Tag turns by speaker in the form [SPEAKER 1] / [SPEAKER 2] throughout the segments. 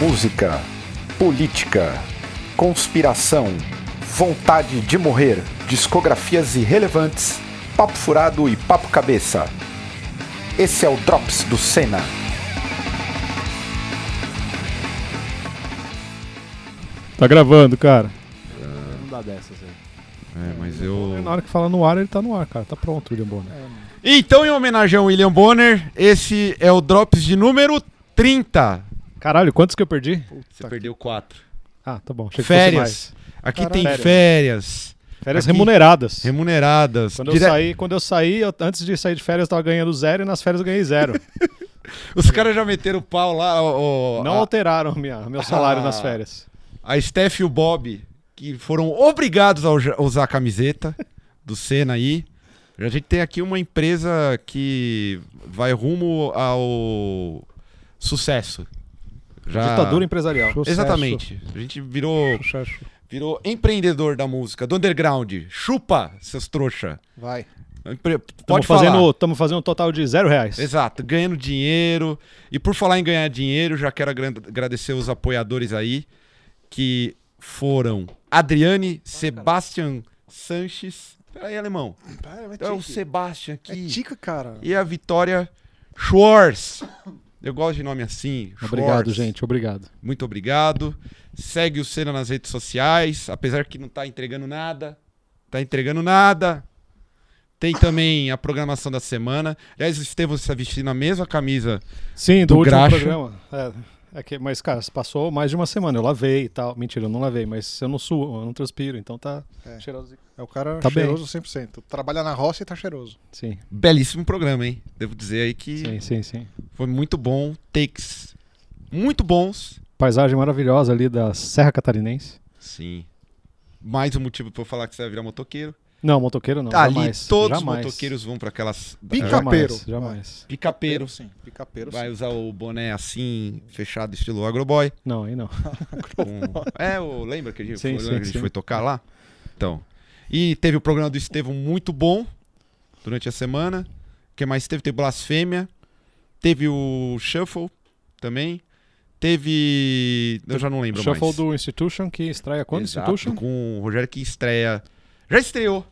[SPEAKER 1] música, política, conspiração, vontade de morrer, discografias irrelevantes, papo furado e papo cabeça. Esse é o Drops do Senna.
[SPEAKER 2] Tá gravando, cara.
[SPEAKER 3] Não dá dessas aí.
[SPEAKER 4] É, mas
[SPEAKER 2] Na
[SPEAKER 4] eu.
[SPEAKER 2] hora que fala no ar, ele tá no ar, cara. Tá pronto, William Bonner.
[SPEAKER 4] Então, em homenagem ao William Bonner, esse é o Drops de número 30.
[SPEAKER 2] Caralho, quantos que eu perdi?
[SPEAKER 4] Você perdeu 4.
[SPEAKER 2] Ah, tá bom. achei que fosse mais.
[SPEAKER 4] Férias. Aqui
[SPEAKER 2] Caralho.
[SPEAKER 4] tem
[SPEAKER 2] Férias.
[SPEAKER 4] férias.
[SPEAKER 2] Férias
[SPEAKER 4] Aqui-
[SPEAKER 2] remuneradas.
[SPEAKER 4] remuneradas.
[SPEAKER 2] Quando,
[SPEAKER 4] Dire-
[SPEAKER 2] eu saí, quando eu saí, eu- antes de sair de férias, eu tava ganhando zero e nas férias eu ganhei zero.
[SPEAKER 4] Os caras já meteram o pau lá, ó, ó,
[SPEAKER 2] Não
[SPEAKER 4] a,
[SPEAKER 2] alteraram minha, meu salário
[SPEAKER 4] Ah.
[SPEAKER 2] nas férias.
[SPEAKER 4] a Steph e o Bob, que foram obrigados a uja- usar a camiseta do Senna aí. A gente tem aqui uma empresa que vai rumo ao sucesso. Já...
[SPEAKER 2] Ditadura empresarial.
[SPEAKER 4] Exatamente. A gente virou,
[SPEAKER 2] Sucesso.
[SPEAKER 4] virou empreendedor da música, do underground. Chupa, seus trouxa.
[SPEAKER 2] Vai.
[SPEAKER 4] Empre-
[SPEAKER 2] Estamos
[SPEAKER 4] Pode falar.
[SPEAKER 2] fazendo, tamo fazendo um total de zero reais.
[SPEAKER 4] Exato, ganhando dinheiro. E por falar em ganhar dinheiro, já quero agra- agradecer os apoiadores aí, que foram Adriane, Sebastian Sanches. Peraí, alemão. É o Sebastian aqui.
[SPEAKER 3] É Tica, cara.
[SPEAKER 4] e a Vitória Schwartz. Eu gosto de nome assim.
[SPEAKER 2] Obrigado,
[SPEAKER 4] Schwartz.
[SPEAKER 2] gente. Obrigado.
[SPEAKER 4] Muito obrigado. Segue o Senna nas redes sociais, apesar que não tá entregando nada. Tá entregando nada. Tem também a programação da semana. Aliás, o Estevão está vestindo a mesma camisa.
[SPEAKER 2] Sim, do,
[SPEAKER 4] Do
[SPEAKER 2] último
[SPEAKER 4] graxa.
[SPEAKER 2] programa. É, é que, mas, cara, passou mais de uma semana. Eu lavei e tal. Mentira, eu não lavei, mas eu não suo, eu não transpiro, então tá
[SPEAKER 3] É.
[SPEAKER 2] cheiroso.
[SPEAKER 3] É o cara
[SPEAKER 2] Tá bem.
[SPEAKER 3] cheiroso 100%. Trabalha na roça e tá cheiroso.
[SPEAKER 2] Sim,
[SPEAKER 4] Belíssimo programa, hein? Devo dizer aí que
[SPEAKER 2] sim, sim, sim.
[SPEAKER 4] foi muito bom. Takes muito bons.
[SPEAKER 2] Paisagem maravilhosa ali da Serra Catarinense.
[SPEAKER 4] Sim. Mais um motivo pra eu falar que você vai virar motoqueiro. Tá
[SPEAKER 2] Não, motoqueiro não.
[SPEAKER 4] Ali
[SPEAKER 2] jamais,
[SPEAKER 4] todos
[SPEAKER 2] jamais.
[SPEAKER 4] os motoqueiros vão pra aquelas.
[SPEAKER 3] Pica-
[SPEAKER 2] Jamais,
[SPEAKER 3] Picapeiro.
[SPEAKER 2] jamais.
[SPEAKER 4] Picapeiro.
[SPEAKER 3] sim. Picapeiro,
[SPEAKER 4] Vai
[SPEAKER 3] sim.
[SPEAKER 4] usar o boné assim, fechado, estilo agroboy.
[SPEAKER 2] Não, aí não.
[SPEAKER 4] Com- É, o- lembra que a gente,
[SPEAKER 2] Sim,
[SPEAKER 4] foi,
[SPEAKER 2] sim,
[SPEAKER 4] lembra que a gente
[SPEAKER 2] sim.
[SPEAKER 4] foi tocar lá? Então. E teve o programa do Estevão muito bom durante a semana. O que mais teve? Teve Blasfêmia. Teve o Shuffle também. Teve. Eu já não lembro
[SPEAKER 2] Shuffle
[SPEAKER 4] mais.
[SPEAKER 2] do Institution que estreia quando?
[SPEAKER 4] Exato,
[SPEAKER 2] Institution?
[SPEAKER 4] Com o Rogério que estreia. Já estreou.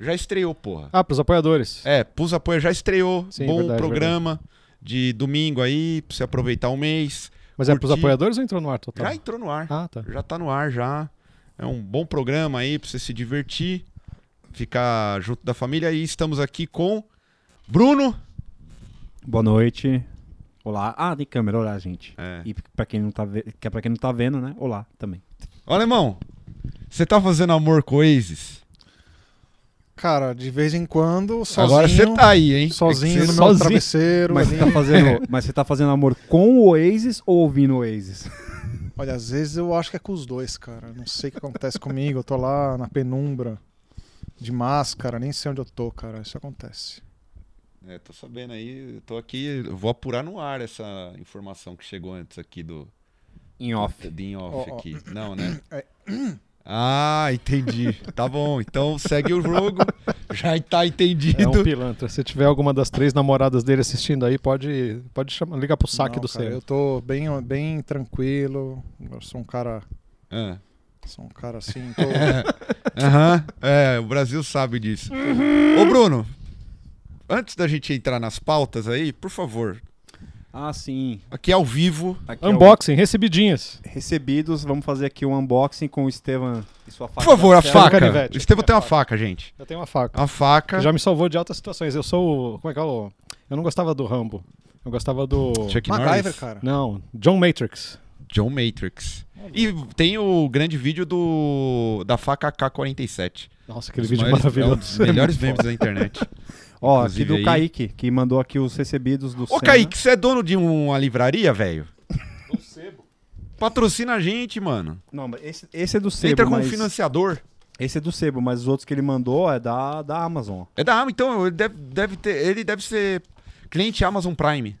[SPEAKER 4] Já estreou, porra.
[SPEAKER 2] Ah, pros apoiadores.
[SPEAKER 4] É, Pus Apoio já estreou.
[SPEAKER 2] Sim,
[SPEAKER 4] bom
[SPEAKER 2] verdade,
[SPEAKER 4] programa de domingo aí, pra você aproveitar o mês.
[SPEAKER 2] mas é pros
[SPEAKER 4] curti.
[SPEAKER 2] apoiadores ou entrou no ar total?
[SPEAKER 4] Já entrou no ar.
[SPEAKER 2] Ah, tá.
[SPEAKER 4] Já tá no ar já. É um bom programa aí pra você se divertir, ficar junto da família. E estamos aqui com Bruno.
[SPEAKER 5] Boa noite. Olá. Ah, tem câmera, olá, gente.
[SPEAKER 4] É.
[SPEAKER 5] E pra quem não tá, ve... que é pra quem não tá vendo, né? Olá também.
[SPEAKER 4] Ô, Alemão, você tá fazendo amor com o Oasis?
[SPEAKER 3] Cara, de vez em quando, sozinho.
[SPEAKER 4] Agora você tá aí, hein?
[SPEAKER 3] Sozinho no meu
[SPEAKER 2] Sozinho.
[SPEAKER 3] travesseiro.
[SPEAKER 5] Mas você,
[SPEAKER 3] ali.
[SPEAKER 5] tá fazendo... Mas você tá fazendo amor com o Oasis ou ouvindo o Oasis?
[SPEAKER 3] Olha, às vezes eu acho que é com os dois, cara. Eu Não sei o que acontece comigo. Eu tô lá na penumbra, de máscara, nem sei onde eu tô, cara. Isso acontece.
[SPEAKER 4] É, tô sabendo aí, eu tô aqui, eu vou apurar no ar essa informação que chegou antes aqui do
[SPEAKER 5] Em off.
[SPEAKER 4] de em off
[SPEAKER 3] Ó, ó.
[SPEAKER 4] aqui. Não, né?
[SPEAKER 3] É.
[SPEAKER 4] Ah, entendi. Tá bom, então segue o jogo. Já tá entendido.
[SPEAKER 2] É um pilantra. Se tiver alguma das três namoradas dele assistindo aí, pode, pode chamar, ligar pro saque
[SPEAKER 3] Não,
[SPEAKER 2] do
[SPEAKER 3] cara,
[SPEAKER 2] Senna.
[SPEAKER 3] Eu tô bem, bem tranquilo. Eu sou um cara.
[SPEAKER 4] Ah.
[SPEAKER 3] Sou um cara assim. tô-
[SPEAKER 4] Aham, é, o Brasil sabe disso. Ô, Bruno, antes da gente entrar nas pautas aí, por favor,
[SPEAKER 5] Ah, sim.
[SPEAKER 4] aqui ao vivo,
[SPEAKER 5] Aqui é o-
[SPEAKER 2] Unboxing, recebidinhas.
[SPEAKER 5] Recebidos, vamos fazer aqui um unboxing com o Estevan e sua
[SPEAKER 4] por
[SPEAKER 5] faca.
[SPEAKER 4] favor, a
[SPEAKER 5] da
[SPEAKER 2] Marcelo
[SPEAKER 4] faca.
[SPEAKER 2] Canivete.
[SPEAKER 4] O Estevão tem uma faca, gente.
[SPEAKER 2] Eu tenho uma faca.
[SPEAKER 4] A faca.
[SPEAKER 2] Que Já me salvou de altas situações. Eu sou. o- Como é que é o. Eu não gostava do Rambo. Eu gostava do.
[SPEAKER 4] Chuck
[SPEAKER 3] MacGyver,
[SPEAKER 4] Norris.
[SPEAKER 3] cara.
[SPEAKER 2] Não, John Matrix.
[SPEAKER 4] é John Matrix. E tem o grande vídeo do da faca AK-47.
[SPEAKER 2] Nossa, aquele
[SPEAKER 4] Os
[SPEAKER 2] vídeo
[SPEAKER 4] maiores- É um dos
[SPEAKER 2] maravilhoso.
[SPEAKER 4] melhores memes da internet.
[SPEAKER 5] Ó, aqui
[SPEAKER 4] Inclusive
[SPEAKER 5] do
[SPEAKER 4] aí.
[SPEAKER 5] Kaique, que mandou aqui os recebidos do
[SPEAKER 4] Ô,
[SPEAKER 5] Senna.
[SPEAKER 4] Kaique, você é dono de uma livraria, velho? Patrocina a gente, mano.
[SPEAKER 5] Não, mas esse, esse é do Sebo,
[SPEAKER 4] Entra como
[SPEAKER 5] mas...
[SPEAKER 4] financiador.
[SPEAKER 5] Esse é do Sebo, mas os outros que ele mandou é da, da Amazon, ó,
[SPEAKER 4] É da Amazon, então ele deve, deve ter, ele deve ser cliente Amazon Prime.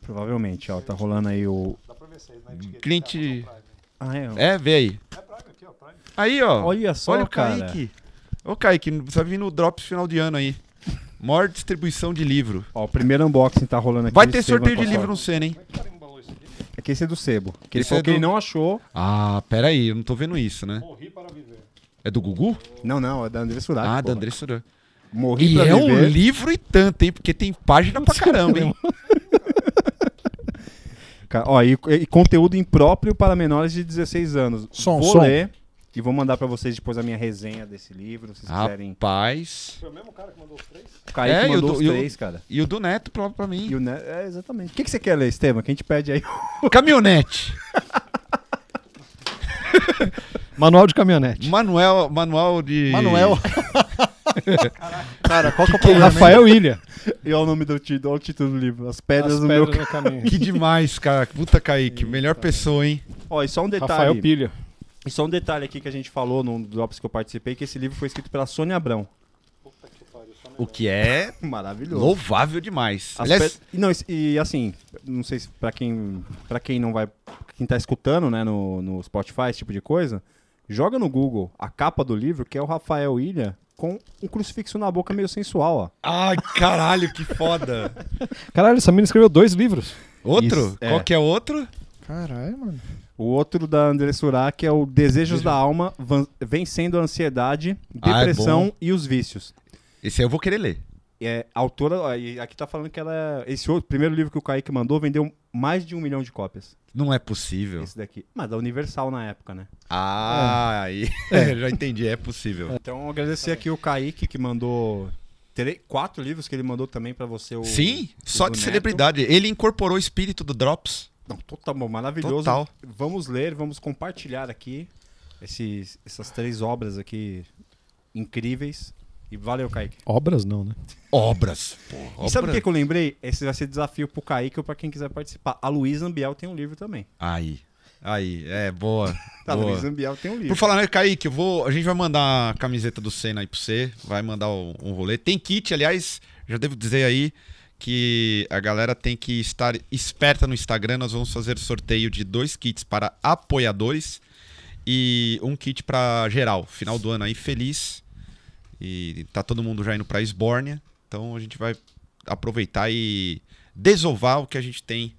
[SPEAKER 5] provavelmente, ó. Tá rolando aí o...
[SPEAKER 4] Cliente.
[SPEAKER 5] Ah, é.
[SPEAKER 4] É, vê aí. Aí, ó. Olha,
[SPEAKER 5] Olha só,
[SPEAKER 4] o
[SPEAKER 5] cara.
[SPEAKER 4] Kaique. Ô, Kaique, precisa vir no Drops final de ano aí. Maior distribuição de livro.
[SPEAKER 5] Ó, o primeiro unboxing tá rolando aqui.
[SPEAKER 4] Vai ter
[SPEAKER 5] Estevam
[SPEAKER 4] sorteio de
[SPEAKER 5] Cossol.
[SPEAKER 4] livro no Senna, hein?
[SPEAKER 5] É que esse é do sebo. Que ele
[SPEAKER 4] Esse
[SPEAKER 5] falou
[SPEAKER 4] é
[SPEAKER 5] que ele
[SPEAKER 4] do-
[SPEAKER 5] não achou.
[SPEAKER 4] Ah, peraí, eu não tô vendo isso, né?
[SPEAKER 2] Morri para viver.
[SPEAKER 4] É do Gugu?
[SPEAKER 5] Não, não, é da Andressa Surak.
[SPEAKER 4] Ah,
[SPEAKER 5] porra.
[SPEAKER 4] da André Suran.
[SPEAKER 5] Morri
[SPEAKER 4] E
[SPEAKER 5] pra
[SPEAKER 4] é um
[SPEAKER 5] viver.
[SPEAKER 4] livro e tanto, hein? Porque tem página pra caramba, hein?
[SPEAKER 5] Ca- Ó, e, e conteúdo impróprio para menores de 16 anos.
[SPEAKER 3] Som,
[SPEAKER 5] vou
[SPEAKER 3] som.
[SPEAKER 5] ler e vou mandar pra vocês depois a minha resenha desse livro, se vocês quiserem.
[SPEAKER 4] Rapaz.
[SPEAKER 2] Foi o mesmo cara que mandou os três?
[SPEAKER 5] O Kaique
[SPEAKER 4] Ah, É, e o
[SPEAKER 5] mandou
[SPEAKER 4] do-
[SPEAKER 5] os
[SPEAKER 4] e o-
[SPEAKER 5] três, cara.
[SPEAKER 4] E o do Neto pra, pra mim.
[SPEAKER 5] E o Ne- É, exatamente. O que, que você quer ler, Estevam? Que a gente pede aí.
[SPEAKER 4] Caminhonete.
[SPEAKER 2] Manual de caminhonete.
[SPEAKER 4] Manuel, manual de...
[SPEAKER 3] Manuel. Cara, qual que é o problema? hein?
[SPEAKER 2] Rafael Ilha.
[SPEAKER 5] E olha o nome do título, olha o título do livro. As pedras
[SPEAKER 2] As
[SPEAKER 5] do
[SPEAKER 2] pedras
[SPEAKER 5] meu.
[SPEAKER 2] no caminho.
[SPEAKER 4] Que demais, cara. Puta, Kaique. Melhor pessoa, hein?
[SPEAKER 5] Ó, e só um detalhe.
[SPEAKER 2] Rafael Pilha.
[SPEAKER 5] E só um detalhe aqui que a gente falou num dos ops que eu participei, que esse livro foi escrito pela Sônia Abrão.
[SPEAKER 4] O que é
[SPEAKER 5] Maravilhoso.
[SPEAKER 4] louvável demais.
[SPEAKER 5] As
[SPEAKER 4] Aliás,
[SPEAKER 5] pe- e, não, esse- e assim, não sei se pra quem, pra quem não vai. Quem tá escutando, né, no, no Spotify, esse tipo de coisa, joga no Google a capa do livro, que é o Rafael Ilha com um crucifixo na boca meio sensual, ó.
[SPEAKER 4] Ai, caralho, que foda.
[SPEAKER 2] Caralho, essa menina escreveu dois livros.
[SPEAKER 4] Outro?
[SPEAKER 5] Isso, é.
[SPEAKER 4] Qual que é outro?
[SPEAKER 3] Caralho, mano.
[SPEAKER 5] O outro da André Surak é o Desejos da Alma, van- vencendo a ansiedade,
[SPEAKER 4] Ah, é
[SPEAKER 5] depressão e os vícios.
[SPEAKER 4] Esse aí eu vou querer ler.
[SPEAKER 5] É, a autora, ó, e aqui tá falando que ela. é- Esse outro, primeiro livro que o Kaique mandou vendeu mais de um milhão de cópias.
[SPEAKER 4] Não é possível.
[SPEAKER 5] Esse daqui. Mas da Universal na época, né?
[SPEAKER 4] Ah, aí. já entendi, é possível.
[SPEAKER 5] Então, agradecer aqui o Kaique, que mandou tre- quatro livros que ele mandou também pra você. O,
[SPEAKER 4] Sim,
[SPEAKER 5] o
[SPEAKER 4] só
[SPEAKER 5] do
[SPEAKER 4] de
[SPEAKER 5] Neto.
[SPEAKER 4] celebridade. Ele incorporou o espírito do Drops.
[SPEAKER 5] Não, total, bom, maravilhoso.
[SPEAKER 4] Total.
[SPEAKER 5] Vamos ler, vamos compartilhar aqui esses, essas três obras aqui incríveis. E valeu, Kaique.
[SPEAKER 2] Obras não, né?
[SPEAKER 4] Obras. Pô,
[SPEAKER 5] E sabe o
[SPEAKER 4] obra-
[SPEAKER 5] que, que eu lembrei? Esse vai ser desafio pro Kaique ou pra quem quiser participar. A Luísa Ambiel tem um livro também.
[SPEAKER 4] Aí. Aí, é, boa.
[SPEAKER 5] A
[SPEAKER 4] boa.
[SPEAKER 5] Luísa Ambiel tem um livro.
[SPEAKER 4] Por falar, né, Kaique, eu vou, a gente vai mandar a camiseta do Senna aí pra você, vai mandar um, um rolê. Tem kit, aliás, já devo dizer aí que a galera tem que estar esperta no Instagram, nós vamos fazer sorteio de dois kits para apoiadores e um kit pra geral, final do ano aí, feliz. E tá todo mundo já indo pra Esbórnia, então a gente vai aproveitar e desovar o que a gente tem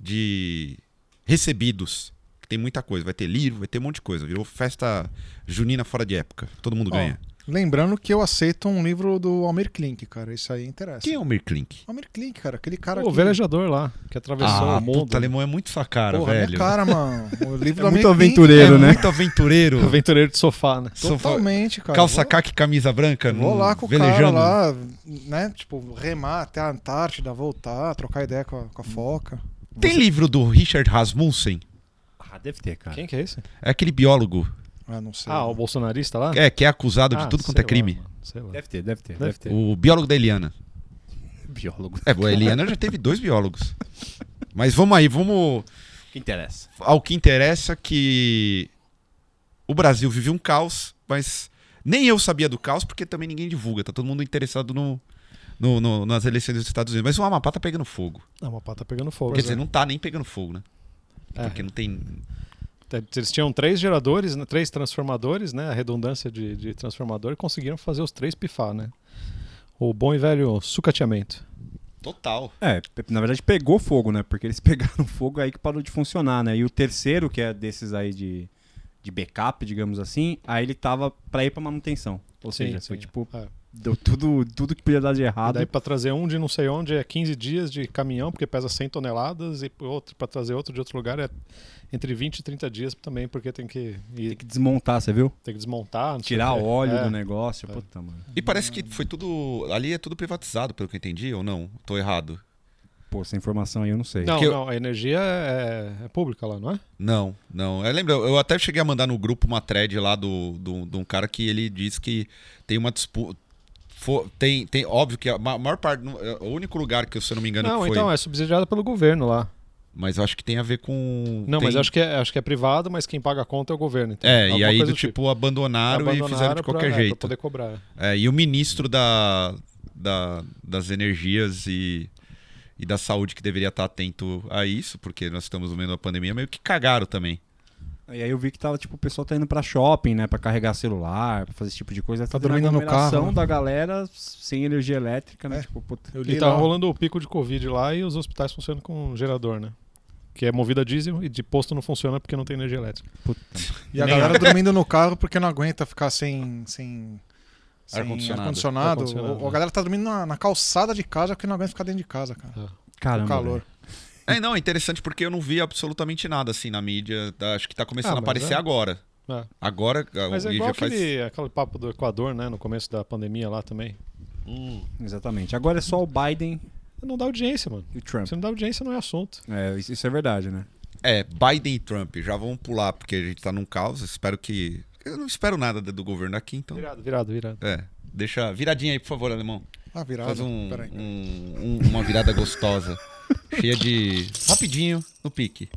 [SPEAKER 4] de recebidos. que Tem muita coisa, vai ter livro, vai ter um monte de coisa. Virou festa junina fora de época. Todo mundo
[SPEAKER 3] Ó,
[SPEAKER 4] ganha.
[SPEAKER 3] Lembrando que eu aceito um livro do Almir Klink, cara. Isso aí interessa.
[SPEAKER 4] Quem é o Mirklink?
[SPEAKER 3] Almir Klink, cara. Aquele cara
[SPEAKER 2] o
[SPEAKER 3] que-
[SPEAKER 2] velejador lá, que atravessou
[SPEAKER 4] Ah,
[SPEAKER 2] o mundo. né?
[SPEAKER 4] puta, alemão é muito sua cara,
[SPEAKER 3] Porra, minha
[SPEAKER 4] velho.
[SPEAKER 3] cara, mano. O livro do
[SPEAKER 5] É muito
[SPEAKER 3] Almir Klink,
[SPEAKER 5] aventureiro,
[SPEAKER 4] é
[SPEAKER 5] né?
[SPEAKER 4] muito aventureiro.
[SPEAKER 2] Aventureiro de sofá, né?
[SPEAKER 4] Só fa-
[SPEAKER 3] Totalmente, cara.
[SPEAKER 4] Calça
[SPEAKER 3] Vou-
[SPEAKER 4] caque, camisa branca.
[SPEAKER 3] Vou
[SPEAKER 4] no-
[SPEAKER 3] lá com o cara
[SPEAKER 4] velejando.
[SPEAKER 3] lá, né? Tipo, remar até a Antártida, voltar, trocar ideia com a, com a foca.
[SPEAKER 4] Tem livro do Richard Rasmussen?
[SPEAKER 5] Ah, deve ter, cara.
[SPEAKER 2] Quem que é esse?
[SPEAKER 4] É aquele biólogo.
[SPEAKER 3] Ah, não sei.
[SPEAKER 2] Ah, o bolsonarista lá?
[SPEAKER 4] É, que é acusado de
[SPEAKER 2] Ah,
[SPEAKER 4] tudo quanto é
[SPEAKER 2] sei lá,
[SPEAKER 4] crime.
[SPEAKER 2] mano, sei lá.
[SPEAKER 5] Deve ter, deve ter.
[SPEAKER 2] Deve ter.
[SPEAKER 4] o biólogo da Eliana.
[SPEAKER 5] Biólogo.
[SPEAKER 4] É, boa, a Eliana já teve dois biólogos. Mas vamos aí, vamos
[SPEAKER 5] Que interessa.
[SPEAKER 4] ao que interessa que o Brasil vive um caos, mas nem eu sabia do caos porque também ninguém divulga, tá todo mundo interessado no, no- no- nas eleições dos Estados Unidos. Mas o Amapá tá pegando fogo.
[SPEAKER 2] Não, o Mapá tá pegando fogo.
[SPEAKER 4] Quer dizer, não tá nem pegando fogo, né?
[SPEAKER 2] É.
[SPEAKER 4] Porque não tem.
[SPEAKER 2] Eles tinham três geradores, né, três transformadores, né? A redundância de, de transformador e conseguiram fazer os três pifar, né? O bom e velho sucateamento.
[SPEAKER 4] Total.
[SPEAKER 5] É, pe- na verdade pegou fogo, né? Porque eles pegaram fogo aí que parou de funcionar, né? E o terceiro, que é desses aí de, de backup, digamos assim, aí ele tava pra ir pra manutenção. Ou
[SPEAKER 2] Sim,
[SPEAKER 5] seja,
[SPEAKER 2] sim.
[SPEAKER 5] foi tipo,
[SPEAKER 2] É.
[SPEAKER 5] deu tudo, tudo que podia dar de
[SPEAKER 2] E
[SPEAKER 5] errado.
[SPEAKER 2] daí pra trazer um de não sei onde é 15 dias de caminhão, porque pesa 100 toneladas, e pro outro para trazer outro de outro lugar é entre 20 e 30 dias também, porque tem que, ir-
[SPEAKER 5] Tem que desmontar, você viu?
[SPEAKER 2] tem que desmontar. não sei
[SPEAKER 5] Tirar
[SPEAKER 2] o quê.
[SPEAKER 5] óleo
[SPEAKER 2] É.
[SPEAKER 5] do negócio. Puta, mano.
[SPEAKER 4] E parece que foi tudo. Ali é tudo privatizado, pelo que eu entendi, ou não? Tô errado.
[SPEAKER 5] Pô, essa informação aí eu não sei.
[SPEAKER 2] Não,
[SPEAKER 4] Porque eu-
[SPEAKER 2] não, a energia é, é pública lá, não é?
[SPEAKER 4] Não, não. Eu lembro, eu até cheguei a mandar no grupo uma thread lá do, do, de um cara que ele diz que tem uma disputa. Tem, tem, óbvio que a ma- maior parte. não- é O único lugar que, se eu não me engano,
[SPEAKER 2] Não,
[SPEAKER 4] que foi.
[SPEAKER 2] então é subsidiada pelo governo lá.
[SPEAKER 4] Mas eu acho que tem a ver com.
[SPEAKER 2] Não, mas
[SPEAKER 4] tem-
[SPEAKER 2] acho que, é, acho que é privado, mas quem paga a conta é o governo. Então,
[SPEAKER 4] É, e
[SPEAKER 2] Alguma
[SPEAKER 4] aí
[SPEAKER 2] coisa
[SPEAKER 4] do
[SPEAKER 2] do
[SPEAKER 4] tipo, abandonaram, e fizeram de
[SPEAKER 2] Abandonaram
[SPEAKER 4] qualquer
[SPEAKER 2] pra, é,
[SPEAKER 4] jeito.
[SPEAKER 2] pra poder cobrar.
[SPEAKER 4] É, e o ministro da, da- das energias e, e da saúde que deveria estar atento a isso, porque nós estamos no meio da pandemia, meio que cagaram também.
[SPEAKER 5] E aí eu vi que tava, tipo, o pessoal tá indo pra shopping, né? Pra carregar celular, pra fazer esse tipo de coisa.
[SPEAKER 3] Tá
[SPEAKER 5] fazendo
[SPEAKER 3] dormindo no
[SPEAKER 5] aglomeração
[SPEAKER 3] carro, né?
[SPEAKER 5] da galera sem energia elétrica, né?
[SPEAKER 3] É.
[SPEAKER 5] Tipo, puta.
[SPEAKER 3] Eu
[SPEAKER 2] E
[SPEAKER 3] li
[SPEAKER 2] tá
[SPEAKER 3] lá.
[SPEAKER 2] rolando o pico de Covid lá e os hospitais funcionam com gerador, né? que é movida a diesel e de posto não funciona porque não tem energia elétrica.
[SPEAKER 3] E a
[SPEAKER 4] Nem
[SPEAKER 3] galera dormindo no carro porque não aguenta ficar sem. sem... sem
[SPEAKER 4] Ar-condicionado.
[SPEAKER 3] ar-condicionado.
[SPEAKER 2] Ar-condicionado,
[SPEAKER 3] Ou- ou A galera tá dormindo na, na calçada de casa porque não aguenta ficar dentro de casa, cara.
[SPEAKER 5] Caramba.
[SPEAKER 3] o calor.
[SPEAKER 4] É, não, é interessante porque eu não vi absolutamente nada assim na mídia. tá? Acho que tá começando
[SPEAKER 2] Ah,
[SPEAKER 4] a
[SPEAKER 2] mas
[SPEAKER 4] aparecer
[SPEAKER 2] é.
[SPEAKER 4] agora.
[SPEAKER 2] É.
[SPEAKER 4] Agora a-
[SPEAKER 2] Mas é
[SPEAKER 4] o Lee
[SPEAKER 2] igual
[SPEAKER 4] já faz-
[SPEAKER 2] aquele, aquele papo do Equador, né? No começo da pandemia lá também.
[SPEAKER 5] velho. Exatamente. Agora é só o Biden
[SPEAKER 2] Não dá audiência, mano.
[SPEAKER 5] e o Trump.
[SPEAKER 2] Se não dá audiência, não é assunto.
[SPEAKER 5] É, isso isso é verdade, né?
[SPEAKER 4] É, Biden e Trump. Já vamos pular porque a gente tá num caos. Espero que. Eu não espero nada do governo aqui, então.
[SPEAKER 2] Virado, virado, virado.
[SPEAKER 4] É. Deixa. Viradinha aí, por favor, alemão.
[SPEAKER 3] Ah, virada.
[SPEAKER 4] Faz um,
[SPEAKER 3] Peraí.
[SPEAKER 4] um- um- uma virada gostosa. cheia de. Rapidinho, no pique.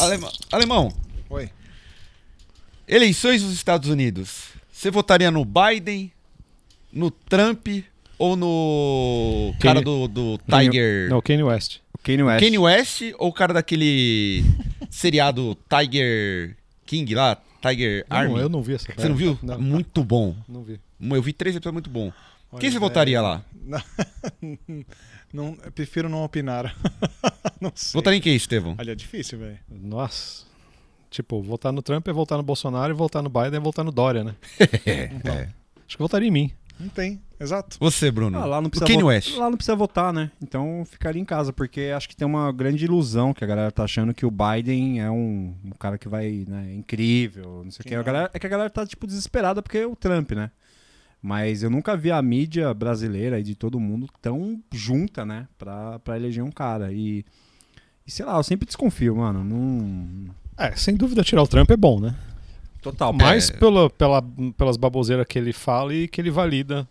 [SPEAKER 4] Alema- Alemão,
[SPEAKER 3] Oi.
[SPEAKER 4] eleições nos Estados Unidos. Você votaria no Biden, no Trump ou no cara do, do Tiger?
[SPEAKER 2] Não, Kanye West.
[SPEAKER 5] O Kanye West.
[SPEAKER 4] Kanye West ou o cara daquele seriado Tiger King lá? Tiger Army?
[SPEAKER 2] Não, eu não vi essa
[SPEAKER 4] Você não viu? É
[SPEAKER 2] Não,
[SPEAKER 4] Muito bom.
[SPEAKER 2] não vi.
[SPEAKER 4] Eu vi três episódios muito bom. Quem você
[SPEAKER 3] velho.
[SPEAKER 4] votaria lá?
[SPEAKER 3] Não, eu prefiro não opinar. não sei.
[SPEAKER 4] Votaria em quem, Estevão?
[SPEAKER 3] Olha, é difícil, velho.
[SPEAKER 2] Nossa. Tipo, votar no Trump é votar no Bolsonaro, e votar no Biden é votar no Dória, né? Acho que votaria em mim.
[SPEAKER 3] Não tem, exato.
[SPEAKER 4] É, Você, Bruno.
[SPEAKER 5] Ah, lá não
[SPEAKER 4] O
[SPEAKER 5] precisa
[SPEAKER 4] Kanye
[SPEAKER 5] vo-
[SPEAKER 4] West.
[SPEAKER 5] Lá não precisa votar, né? Então ficaria em casa, porque acho que tem uma grande ilusão que a galera tá achando que o Biden é um, um cara que vai, né, incrível, não sei o quê. A galera, é que a galera tá, tipo, desesperada porque é o Trump, né? Mas eu nunca vi a mídia brasileira e de todo mundo tão junta, né? Pra, pra eleger um cara. E, e sei lá, eu sempre desconfio, mano. Não...
[SPEAKER 2] É, sem dúvida tirar o Trump é bom, né?
[SPEAKER 4] É.
[SPEAKER 5] Total,
[SPEAKER 2] Mais pela, pela, pelas baboseiras que ele fala e que ele valida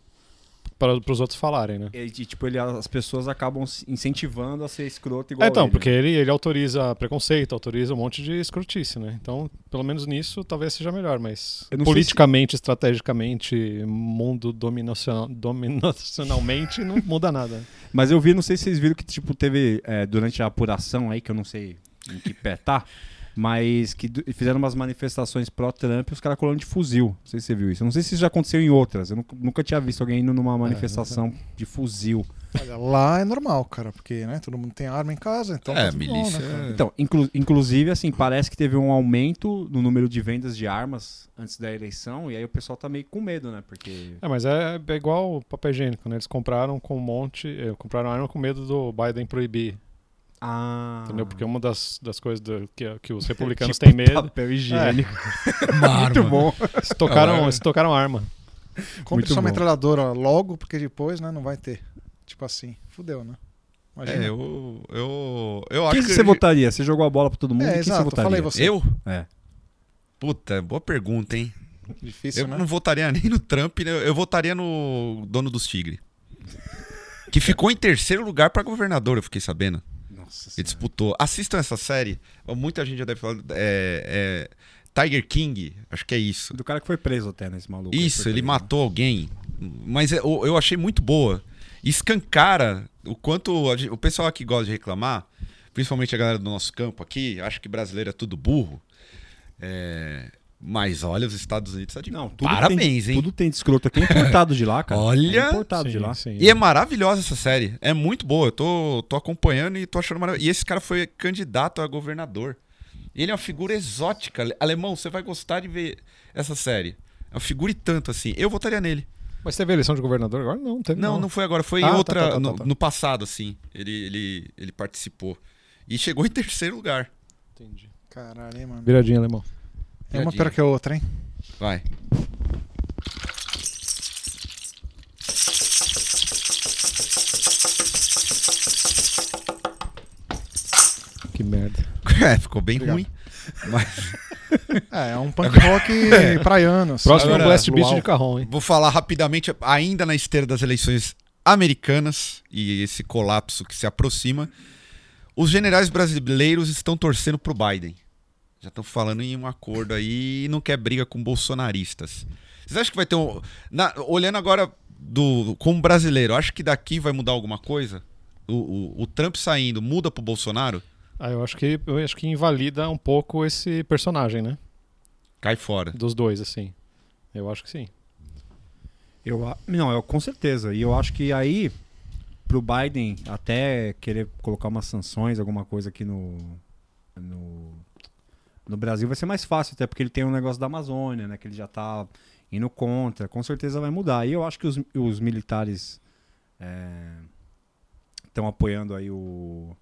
[SPEAKER 2] para, os outros falarem, né?
[SPEAKER 5] E, tipo, ele, as pessoas acabam se incentivando a ser escroto igual
[SPEAKER 2] é, então,
[SPEAKER 5] ele. né?
[SPEAKER 2] porque ele, ele autoriza preconceito, autoriza um monte de escrotice, né? Então, pelo menos nisso, talvez seja melhor, mas
[SPEAKER 5] Eu não sei
[SPEAKER 2] politicamente, estrategicamente, mundo dominacional, dominacionalmente, não muda nada.
[SPEAKER 5] Mas eu vi, não sei se vocês viram que, tipo, teve é, durante a apuração aí, que eu não sei em que pé tá, mas que du- fizeram umas manifestações pró-Trump e os caras colaram de fuzil. Não sei se você viu isso. Eu não sei se isso já aconteceu em outras. Eu nunca, nunca tinha visto alguém indo
[SPEAKER 3] É.
[SPEAKER 5] numa manifestação de fuzil.
[SPEAKER 3] Olha, lá é normal, cara, porque, né, todo mundo tem arma em casa, então.
[SPEAKER 4] é,
[SPEAKER 3] tá tudo bom,
[SPEAKER 4] milícia.
[SPEAKER 3] né, cara?
[SPEAKER 5] Então, inclu- inclusive, assim, parece que teve um aumento no número de vendas de armas antes da eleição, e aí o pessoal tá meio com medo, né? Porque.
[SPEAKER 2] É, mas é, é igual o papel higiênico, né? Eles compraram com um monte, eh, compraram arma com medo do Biden proibir,
[SPEAKER 5] Ah.
[SPEAKER 2] entendeu? Porque uma das, das coisas do- que, que os republicanos
[SPEAKER 5] Tipo
[SPEAKER 2] têm medo, É.
[SPEAKER 5] Papel higiênico.
[SPEAKER 4] Muito
[SPEAKER 5] bom.
[SPEAKER 2] se tocaram, se tocaram arma.
[SPEAKER 3] Compre
[SPEAKER 5] Muito
[SPEAKER 3] sua
[SPEAKER 5] bom.
[SPEAKER 3] metralhadora logo, porque depois, né, não vai ter. Tipo assim, fudeu, né?
[SPEAKER 4] É,
[SPEAKER 3] Imagina.
[SPEAKER 4] eu. Eu, eu acho
[SPEAKER 5] Quem
[SPEAKER 4] que.
[SPEAKER 5] que você votaria? Você jogou a bola pra todo mundo?
[SPEAKER 3] É,
[SPEAKER 5] quem
[SPEAKER 3] exato,
[SPEAKER 5] você votaria?
[SPEAKER 3] falei você.
[SPEAKER 4] Eu?
[SPEAKER 5] É.
[SPEAKER 4] Puta, boa pergunta, hein?
[SPEAKER 3] Difícil,
[SPEAKER 4] eu
[SPEAKER 3] né?
[SPEAKER 4] não votaria nem no Trump, né? eu votaria no Dono dos Tigres. Que ficou em terceiro lugar pra governador, eu fiquei sabendo.
[SPEAKER 5] Nossa
[SPEAKER 4] Ele disputou. Assistam essa série. Muita gente já deve falar. É, é, Tiger King, acho que é isso.
[SPEAKER 5] Do cara que né? foi preso até nesse maluco.
[SPEAKER 4] Isso,
[SPEAKER 5] foi
[SPEAKER 4] ele
[SPEAKER 5] preso,
[SPEAKER 4] matou alguém. Mas é- eu, eu achei muito boa. Escancara o quanto a gen- o pessoal aqui gosta de reclamar, principalmente a galera do nosso campo aqui, acha que brasileiro é tudo burro. É, mas olha, os Estados Unidos tá de
[SPEAKER 5] né? Não, tudo
[SPEAKER 4] parabéns,
[SPEAKER 5] tem,
[SPEAKER 4] hein?
[SPEAKER 5] Tudo tem de escroto aqui. É importado de lá, cara.
[SPEAKER 4] Olha!
[SPEAKER 5] É importado de lá.
[SPEAKER 2] sim.
[SPEAKER 4] E é maravilhosa essa série. É muito boa. Eu tô, tô acompanhando e tô achando maravilhoso. E esse cara foi candidato a governador. Ele é uma figura exótica. Ale- Alemão, você vai gostar de ver essa série. É uma figura e tanto assim. Eu votaria nele.
[SPEAKER 2] Mas teve eleição de governador agora? Não, teve.
[SPEAKER 4] Não, não foi agora. Foi em
[SPEAKER 2] Ah, tá,
[SPEAKER 4] outra.
[SPEAKER 2] tá, tá, tá,
[SPEAKER 4] no,
[SPEAKER 2] tá.
[SPEAKER 4] no passado, assim. Ele, ele, ele participou. E chegou em terceiro lugar.
[SPEAKER 2] Entendi.
[SPEAKER 3] Caralho, hein, mano.
[SPEAKER 2] Viradinha, alemão.
[SPEAKER 3] É uma pior que a outra, hein?
[SPEAKER 4] Vai.
[SPEAKER 2] Que merda.
[SPEAKER 4] É, ficou bem ruim. Mas
[SPEAKER 3] É, é um punk rock
[SPEAKER 4] É.
[SPEAKER 3] praiano. assim.
[SPEAKER 2] Próximo
[SPEAKER 4] Agora,
[SPEAKER 2] é o Blast Beast
[SPEAKER 3] Luau.
[SPEAKER 2] de Carron, hein?
[SPEAKER 4] Vou falar rapidamente, ainda na esteira das eleições americanas e esse colapso que se aproxima. Os generais brasileiros estão torcendo pro Biden. Já estão falando em um acordo aí e não quer briga com bolsonaristas. Vocês acham que vai ter um. na- olhando agora do como brasileiro, acho que daqui vai mudar alguma coisa? O, o- o Trump saindo muda pro Bolsonaro?
[SPEAKER 2] Ah, eu acho que eu acho que invalida um pouco esse personagem, né?
[SPEAKER 4] Cai fora.
[SPEAKER 2] Dos dois, assim. Eu acho que sim.
[SPEAKER 5] Eu, a- não, eu, com certeza. E eu acho que aí, pro Biden até querer colocar umas sanções, alguma coisa aqui no, no, no Brasil, vai ser mais fácil, até porque ele tem um negócio da Amazônia, né? Que ele já tá indo contra. Com certeza vai mudar. E eu acho que os, os militares estão apoiando aí o,